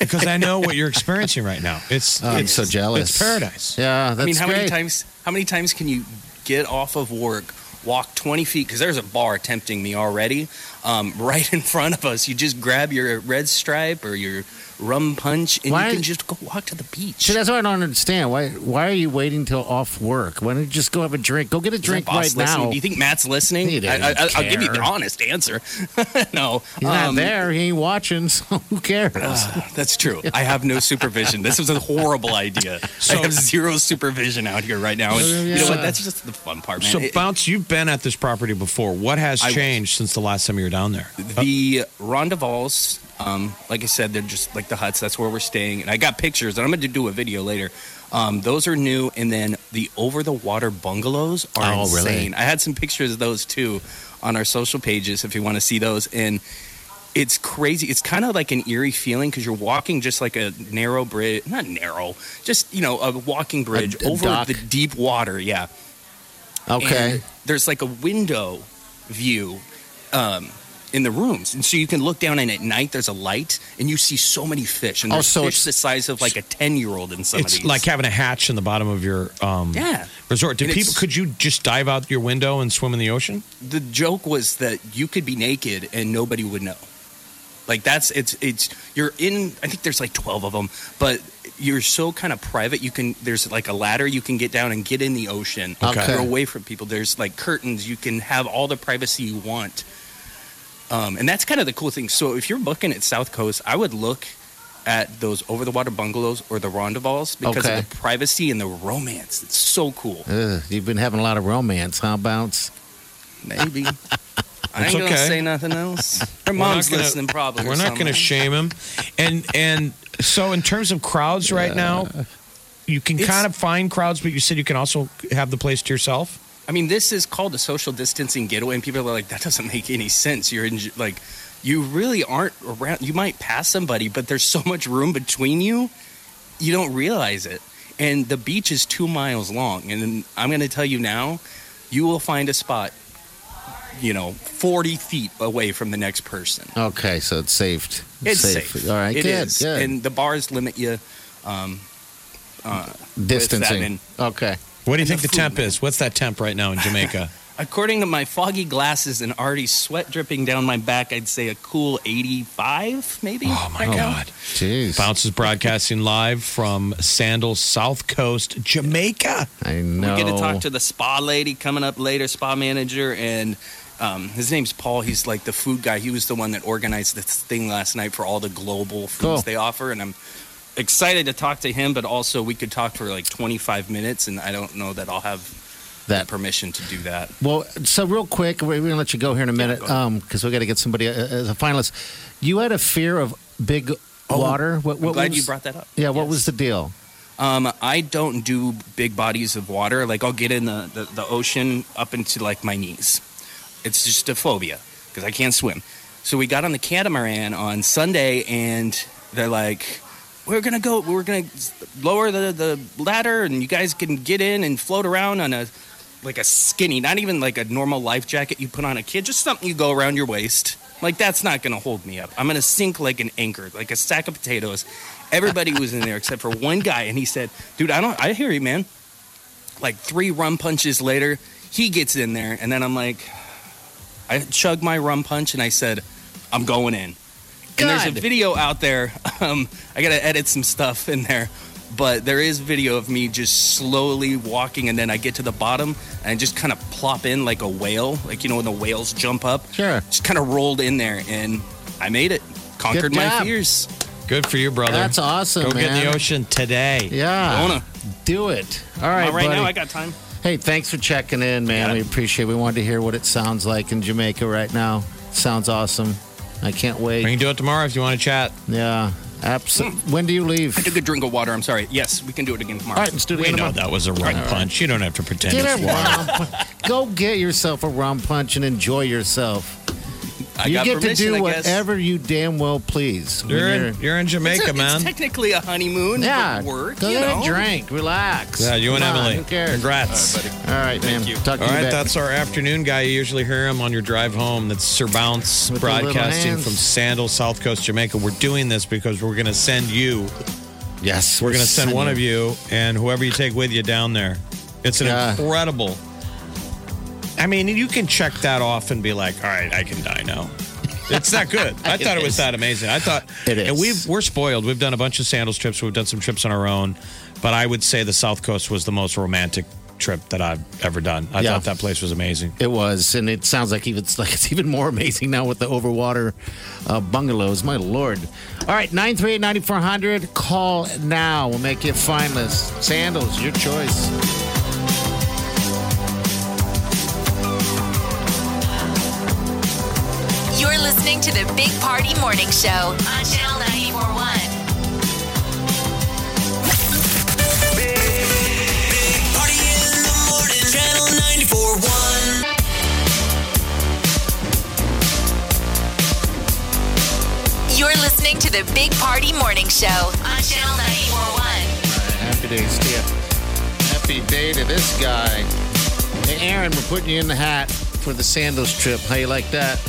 Speaker 4: because I know what you're experiencing right now. It's
Speaker 2: Oh, I'm
Speaker 4: it's
Speaker 2: so jealous.
Speaker 4: It's paradise.
Speaker 2: Yeah, that's
Speaker 10: I mean, how
Speaker 2: great.
Speaker 10: many times? How many times can you get off of work, walk twenty feet? Because there's a bar tempting me already, um, right in front of us. You just grab your red stripe or your rum punch, and
Speaker 2: Why-
Speaker 10: you can just go walk to the beach.
Speaker 2: See, that's what I don't understand. Why? Why are you waiting till off work? Why don't you just go have a drink? Go get a
Speaker 10: Is my
Speaker 2: drink right
Speaker 10: boss listening?
Speaker 2: now.
Speaker 10: Do you think Matt's listening?
Speaker 2: He doesn't
Speaker 10: I, I, I'll give you the
Speaker 2: care.
Speaker 10: honest answer. no,
Speaker 2: He's not
Speaker 10: um, Uh,
Speaker 2: there. He ain't watching. So who cares?
Speaker 10: That's true. I have no supervision. This was a horrible idea. I have zero supervision out here right now. And You know what? That's just the fun part, man.
Speaker 4: So
Speaker 10: It-
Speaker 4: bounce, you've been at this property before. What has
Speaker 10: I-
Speaker 4: changed since the last time you were down there?
Speaker 10: the rondevals, um, like I said, they're just like the huts. That's where we're staying. And I got pictures, and I'm going to do a video later. Um, those are new, and then the over the water bungalows are
Speaker 2: Oh, really?
Speaker 10: insane. I had some pictures of those too on our social pages if you want to see those. And It's crazy. It's kind of like an eerie feeling because you're walking just like a narrow bridge, not narrow, just you know a walking bridge
Speaker 2: d-
Speaker 10: over
Speaker 2: dock.
Speaker 10: the deep water. Yeah.
Speaker 2: Okay.
Speaker 10: And there's like a window view um, in the rooms, and so you can look down, and at night there's a light, and you see so many fish, and
Speaker 4: Oh,
Speaker 10: there's
Speaker 4: so
Speaker 10: fish
Speaker 4: it's-
Speaker 10: the size of like a ten year old in some of
Speaker 4: It's
Speaker 10: these.
Speaker 4: like having a hatch in the bottom of your um,
Speaker 10: Yeah.
Speaker 4: resort. Do
Speaker 10: And
Speaker 4: people?
Speaker 10: it's-
Speaker 4: Could you just dive out your window and swim in the ocean?
Speaker 10: the joke was that you could be naked and nobody would know. Like that's it's it's you're in. I think there's like twelve of them, but you're so kind of private. You can there's like a ladder you can get down and get in the ocean.
Speaker 2: Okay.
Speaker 10: You're away from people. There's like curtains. You can have all the privacy you want. Um, and that's kind of the cool thing. So if you're booking at South Coast, I would look at those over the water bungalows or the rondavels because
Speaker 2: Okay.
Speaker 10: of the privacy and the romance. It's so cool.
Speaker 2: Ugh, you've been having a lot of romance, huh, Bounce?
Speaker 10: Maybe. I
Speaker 4: It's
Speaker 10: ain't gonna
Speaker 4: okay.
Speaker 10: say nothing else.
Speaker 4: We're
Speaker 10: Her mom's
Speaker 4: not gonna-
Speaker 10: listening, probably. or
Speaker 4: We're not going to
Speaker 10: something.
Speaker 4: shame him. And and so in terms of crowds right now, you can
Speaker 10: It's-
Speaker 4: kind of find crowds, but you said you can also have the place to yourself.
Speaker 10: I mean, this is called a social distancing getaway, and people are like, "That doesn't make any sense." You're in, like, you really aren't around. You might pass somebody, but there's so much room between you, you don't realize it. And the beach is two miles long, and I'm going to tell you now, you will find a spot, you know, 40 feet away from the next person.
Speaker 2: Okay, so it's saved.
Speaker 10: It's safe.
Speaker 2: All right,
Speaker 10: It
Speaker 2: good,
Speaker 10: is.
Speaker 2: good.
Speaker 10: And the bars limit you. Um, uh, with that
Speaker 2: Distancing.
Speaker 10: and-
Speaker 2: Okay.
Speaker 4: What do you
Speaker 10: And
Speaker 4: think
Speaker 10: the
Speaker 4: the,
Speaker 10: food,
Speaker 4: temp is? What's that temp right now in Jamaica?
Speaker 10: According to my foggy glasses and already sweat dripping down my back, I'd say a cool 85, maybe.
Speaker 4: oh my
Speaker 10: right now.
Speaker 4: God!
Speaker 2: Jeez.
Speaker 4: Bounce is broadcasting live from Sandals South Coast, Jamaica.
Speaker 2: I know.
Speaker 10: We get to talk to the spa lady coming up later, spa manager, and um, his name's Paul. He's like the food guy. He was the one that organized this thing last night for all the global foods
Speaker 2: Cool.
Speaker 10: they offer, and I'm excited to talk to him. But also, we could talk for like 25 minutes, and I don't know that I'll have
Speaker 2: that.
Speaker 10: permission to do that.
Speaker 2: Well, so real quick, we're going to let you go here in a minute
Speaker 10: go
Speaker 2: because
Speaker 10: ahead.
Speaker 2: we got to get somebody uh, as a finalist. You had a fear of big water. What,
Speaker 10: Oh, I'm
Speaker 2: what
Speaker 10: glad
Speaker 2: was,
Speaker 10: you brought that up.
Speaker 2: Yeah, what
Speaker 10: Yes.
Speaker 2: was the deal?
Speaker 10: Um, I don't do big bodies of water. Like I'll get in the, the, the ocean up into like my knees. It's just a phobia because I can't swim. So we got on the catamaran on Sunday and they're like, we're going to go, we're going to lower the, the ladder and you guys can get in and float around on a, like a skinny, not even like a normal life jacket you put on a kid, just something you go around your waist. Like that's not going to hold me up. I'm going to sink like an anchor, like a sack of potatoes. Everybody was in there except for one guy, and he said, "Dude, I don't. I hear you, man." Like three rum punches later, he gets in there, and then I'm like, I chug my rum punch, and I said, "I'm going in." And there's a
Speaker 2: Good.
Speaker 10: video out there. Um, I got to edit some stuff in there, but there is video of me just slowly walking, and then I get to the bottom and I just kind of plop in like a whale, like you know when the whales jump up.
Speaker 2: Sure.
Speaker 10: Just kind of rolled in there, and I made it. Conquered my
Speaker 2: job.
Speaker 10: fears.
Speaker 4: Good for you, brother.
Speaker 2: That's awesome,
Speaker 4: Go get in the
Speaker 2: man.
Speaker 4: ocean today.
Speaker 2: Yeah.
Speaker 10: Jonah.
Speaker 2: Do it. All right,
Speaker 10: Well, right
Speaker 2: buddy.
Speaker 10: now I got time.
Speaker 2: hey, thanks for checking in, man.
Speaker 10: Got
Speaker 2: We
Speaker 10: it.
Speaker 2: appreciate it. We wanted to hear what it sounds like in Jamaica right now. Sounds awesome. I can't wait.
Speaker 4: We can do it tomorrow if you want to chat.
Speaker 2: Yeah. Absolutely.
Speaker 4: Hmm.
Speaker 2: When do you leave?
Speaker 10: I took a drink of water. I'm sorry. Yes, we can do it again tomorrow.
Speaker 2: All right, let's do it
Speaker 4: We
Speaker 2: again
Speaker 4: know
Speaker 2: tomorrow.
Speaker 4: that was a rum punch. You don't have to pretend
Speaker 2: Get
Speaker 4: it's
Speaker 2: a
Speaker 4: water.
Speaker 2: rum punch. Go get yourself a rum punch and enjoy yourself.
Speaker 10: I
Speaker 2: you
Speaker 10: got
Speaker 2: get to
Speaker 10: permission, I
Speaker 2: do
Speaker 10: guess.
Speaker 2: whatever you damn well please. when
Speaker 4: You're in,
Speaker 2: you're-
Speaker 4: you're in
Speaker 10: It's,
Speaker 4: Jamaica,
Speaker 10: a- it's
Speaker 4: man.
Speaker 10: technically a honeymoon.
Speaker 2: yeah.
Speaker 10: but Work.
Speaker 2: Go
Speaker 10: you
Speaker 2: get
Speaker 10: know?
Speaker 2: a drink. Relax.
Speaker 4: Yeah, you and
Speaker 2: Come on,
Speaker 4: Emily.
Speaker 2: Who cares?
Speaker 4: Congrats.
Speaker 2: All right, man. Talk to
Speaker 4: All
Speaker 2: you
Speaker 4: right,
Speaker 2: back.
Speaker 4: that's our afternoon guy. You usually hear him on your drive home. That's Sir Bounce
Speaker 2: With the little
Speaker 4: broadcasting
Speaker 2: hands.
Speaker 4: from Sandal, South Coast, Jamaica. We're doing this because we're going to send you.
Speaker 2: yes.
Speaker 4: We're going to send one of you and whoever you take with you down there. It's an
Speaker 2: Yeah.
Speaker 4: incredible. I mean, you can check that off and be like, all right, I can die now. It's that good. I thought it, was
Speaker 2: is.
Speaker 4: that amazing. I thought
Speaker 2: It
Speaker 4: And
Speaker 2: is.
Speaker 4: we've we're spoiled. We've done a bunch of sandals trips. We've done some trips on our own, but I would say the South Coast was the most romantic trip that I've ever done. I
Speaker 2: Yeah.
Speaker 4: thought that place was amazing.
Speaker 2: It was, and it sounds like even it's like it's even more amazing now with the overwater uh, bungalows. My lord! All right, nine three eight ninety four hundred. Call now. We'll make you a finalist. Sandals, your choice.
Speaker 1: You're listening to the Big Party Morning Show on Channel 941.
Speaker 5: Big Party in the morning, Channel 941.
Speaker 1: listening to the Big Party Morning Show on Channel 941.
Speaker 2: Happy days to you. Happy day to this guy. Hey, Aaron, we're putting you in the hat for the Sandals trip. How you like that?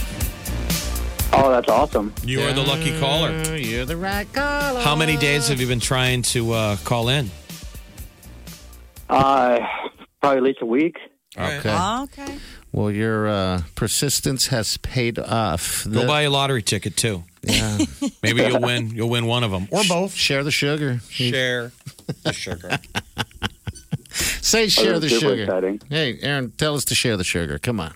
Speaker 11: Oh, that's awesome.
Speaker 4: You are the lucky caller.
Speaker 2: You're the right caller.
Speaker 4: How many days have you been trying to uh, call in?
Speaker 11: Uh, probably at least a week.
Speaker 2: Okay.
Speaker 4: Uh-huh.
Speaker 3: okay.
Speaker 2: Well, your uh, persistence has paid off.
Speaker 4: Go
Speaker 2: The-
Speaker 4: buy a lottery ticket too.
Speaker 2: Yeah.
Speaker 4: Maybe you'll win. You'll win one of them or both.
Speaker 2: Share the sugar.
Speaker 4: Share the sugar.
Speaker 2: Say share
Speaker 11: that's
Speaker 2: the
Speaker 11: super
Speaker 2: sugar.
Speaker 11: exciting.
Speaker 2: Hey, Aaron, tell us to share the sugar. Come on.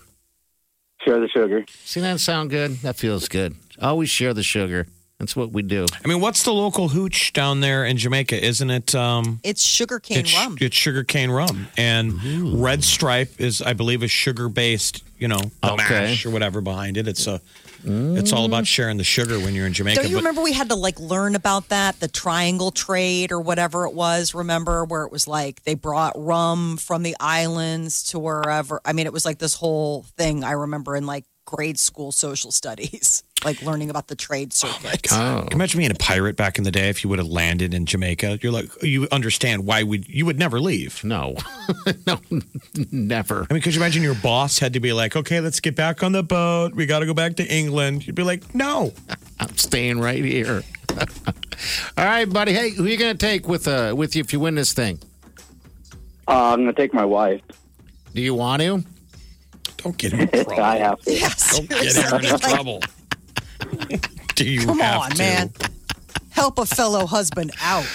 Speaker 11: Share the sugar.
Speaker 2: See that sound good? That feels good. Always share the sugar. That's what we do.
Speaker 4: I mean, what's the local hooch down there in Jamaica? Isn't it? Um,
Speaker 3: It's sugarcane
Speaker 4: it's,
Speaker 3: rum.
Speaker 4: It's sugar cane rum, and Red Stripe is, I believe, a sugar based. You know, the
Speaker 2: Okay.
Speaker 4: mash or whatever behind it. It's a. It's all about sharing the sugar when you're in Jamaica.
Speaker 3: Mm. Don't you
Speaker 4: but-
Speaker 3: remember we had to like learn about that, the triangle trade or whatever it was? Remember where it was like they brought rum from the islands to wherever? I mean, it was like this whole thing I remember in like grade school social studies, like learning about the trade circuit.
Speaker 2: Oh.
Speaker 4: Can you Imagine being a pirate back in the day. If you would have landed in Jamaica, you're like, you understand why would you would never leave.
Speaker 2: No. no, never.
Speaker 4: I mean, could you imagine your boss had to be like, okay, let's get back on the boat. We got to go back to England. You'd be like, no.
Speaker 2: I'm staying right here. All right, buddy. Hey, who you going to take with uh, with you if you win this thing?
Speaker 11: Uh, I'm gonna take my wife.
Speaker 2: Do you want to?
Speaker 4: Don't get him in trouble.
Speaker 11: I have to.
Speaker 3: Yes.
Speaker 4: Don't get Aaron in trouble. Do you
Speaker 3: Come
Speaker 4: have
Speaker 3: on,
Speaker 4: to?
Speaker 3: man. Help a fellow husband out.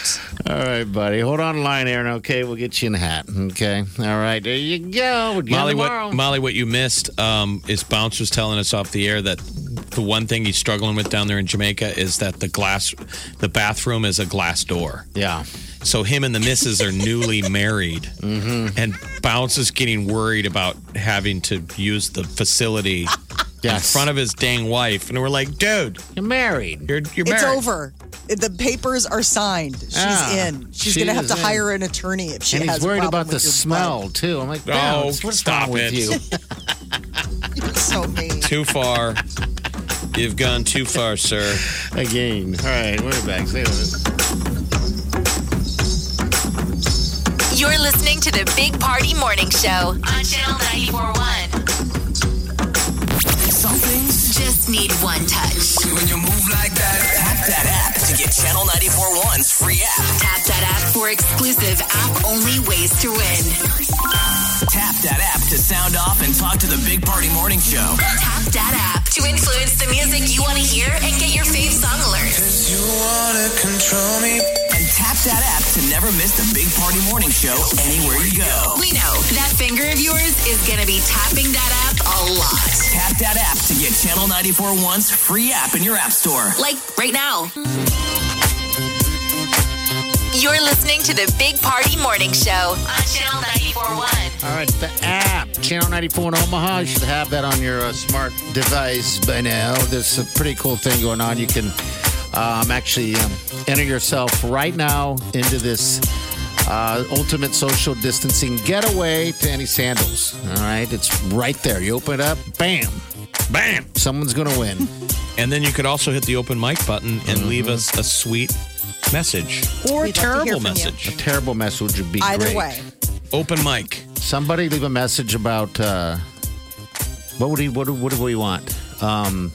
Speaker 2: All right, buddy. Hold on the line, Aaron. Okay, we'll get you in a hat. Okay. All right. There you go. We'll get
Speaker 4: Molly,
Speaker 2: him tomorrow.
Speaker 4: what Molly, what you missed um, is Bounce was telling us off the air that the one thing he's struggling with down there in Jamaica is that the glass, the bathroom is a glass door.
Speaker 2: yeah.
Speaker 4: So him and the missus are newly married,
Speaker 3: Mm-hmm.
Speaker 4: and Bounce is getting worried about having to use the facility in
Speaker 2: Yes.
Speaker 4: front of his dang wife. And we're like, dude,
Speaker 2: You're married.
Speaker 4: you're you're
Speaker 3: It's
Speaker 4: married.
Speaker 3: over. The papers are signed. She's
Speaker 2: Ah,
Speaker 3: in. She's
Speaker 2: she
Speaker 3: going to have
Speaker 2: is
Speaker 3: to
Speaker 2: in.
Speaker 3: hire an attorney if she
Speaker 2: and
Speaker 3: has
Speaker 2: he's
Speaker 3: a
Speaker 2: worried
Speaker 3: problem
Speaker 2: about the
Speaker 3: with your
Speaker 2: smell too. I'm like,
Speaker 4: Oh,
Speaker 2: Bounce, what's
Speaker 4: stop
Speaker 2: wrong
Speaker 4: it.
Speaker 2: with you?
Speaker 3: butt. You're so mean.
Speaker 4: Too far. You've gone too far, sir.
Speaker 2: Again. All right, we're back. Stay with us.
Speaker 1: You're listening to the Big Party Morning Show on Channel 941.
Speaker 5: Some things
Speaker 1: Just need one touch.
Speaker 5: when you move like that, tap that app to get Channel 94.1's free app.
Speaker 1: Tap that app for exclusive app only ways to win.
Speaker 5: Tap that app to sound off and talk to the Big Party Morning Show.
Speaker 1: Tap that app to influence the music you want to hear and get your fave song alerts.
Speaker 5: You wanna control me? And tap that app to never miss the Big Party Morning Show anywhere you go.
Speaker 1: We know that finger of yours is going to be tapping that app a lot.
Speaker 5: Tap that app to get Channel 94.1's free app in your app store.
Speaker 1: Like right now. You're listening to the Big Party Morning Show on Channel 941.
Speaker 2: All right, the app, Channel 94 in Omaha. You should have that on your uh, smart device by now. There's a pretty cool thing going on. You can um, actually um, enter yourself right now into this uh, ultimate social distancing getaway to any sandals. All right, it's right there. You open it up, bam, bam, someone's going to win.
Speaker 4: And then you could also hit the open mic button and
Speaker 2: Mm-hmm.
Speaker 4: leave us a sweet message or a
Speaker 3: We'd
Speaker 4: terrible
Speaker 3: love to hear from you.
Speaker 4: message.
Speaker 2: Terrible message would be
Speaker 3: Either
Speaker 2: great.
Speaker 3: way.
Speaker 4: Open mic.
Speaker 2: Somebody leave a message about uh, what would he, what, what do we want? Um,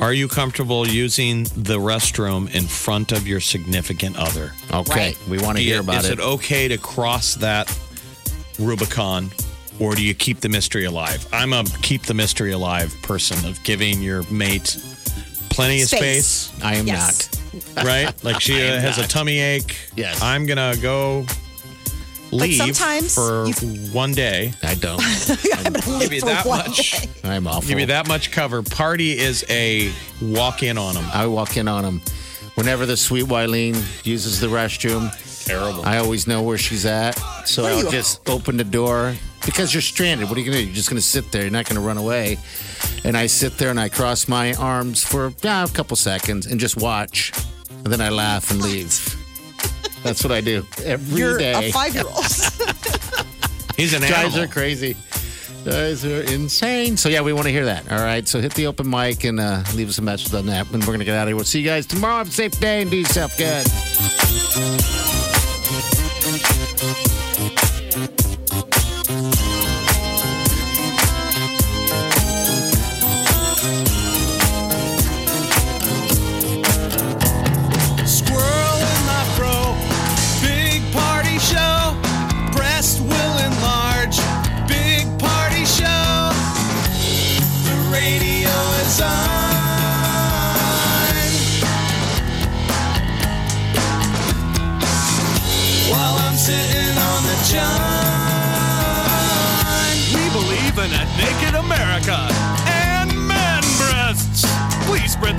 Speaker 4: Are you comfortable using the restroom in front of your significant other?
Speaker 2: okay, we want to
Speaker 4: Do you-
Speaker 2: hear about
Speaker 4: is it okay to cross that Rubicon or do you keep the mystery alive? I'm a keep the mystery alive person of giving your mate plenty of
Speaker 3: Space.
Speaker 4: space,
Speaker 2: I am
Speaker 3: Yes.
Speaker 2: not.
Speaker 4: right? Like she uh, has a tummy ache.
Speaker 2: Yes.
Speaker 4: I'm going to go leave
Speaker 3: sometimes
Speaker 4: for
Speaker 3: you-
Speaker 4: one day.
Speaker 2: I don't.
Speaker 3: I'm gonna
Speaker 4: Give
Speaker 3: live
Speaker 4: you
Speaker 3: for
Speaker 4: that
Speaker 3: one
Speaker 4: much.
Speaker 3: day.
Speaker 2: I'm awful.
Speaker 4: Give you that much cover. Party is a walk in on them.
Speaker 2: I walk in on him. Whenever the sweet Wileen uses the restroom,
Speaker 4: Terrible.
Speaker 2: I always know where she's at. So I'll just open the door because you're stranded. What are you going to do? You're just going to sit there. You're not going to run away. And I sit there and I cross my arms for ah, a couple seconds and just watch. And then I laugh and leave. That's what I do every
Speaker 3: You're
Speaker 2: day.
Speaker 3: a five year old.
Speaker 4: He's an
Speaker 2: Guys
Speaker 4: animal.
Speaker 2: are crazy. Guys are insane. So yeah, we want to hear that. All right. So hit the open mic and uh, leave us a message on that. And we're gonna get out of here. We'll see you guys tomorrow. Have a safe day and do yourself good.
Speaker 12: Squirrel in my fro. Big party show. Breast will enlarge. Big party show. The radio is on. While I'm sitting on the john. We believe in a naked America and man breasts. Please spread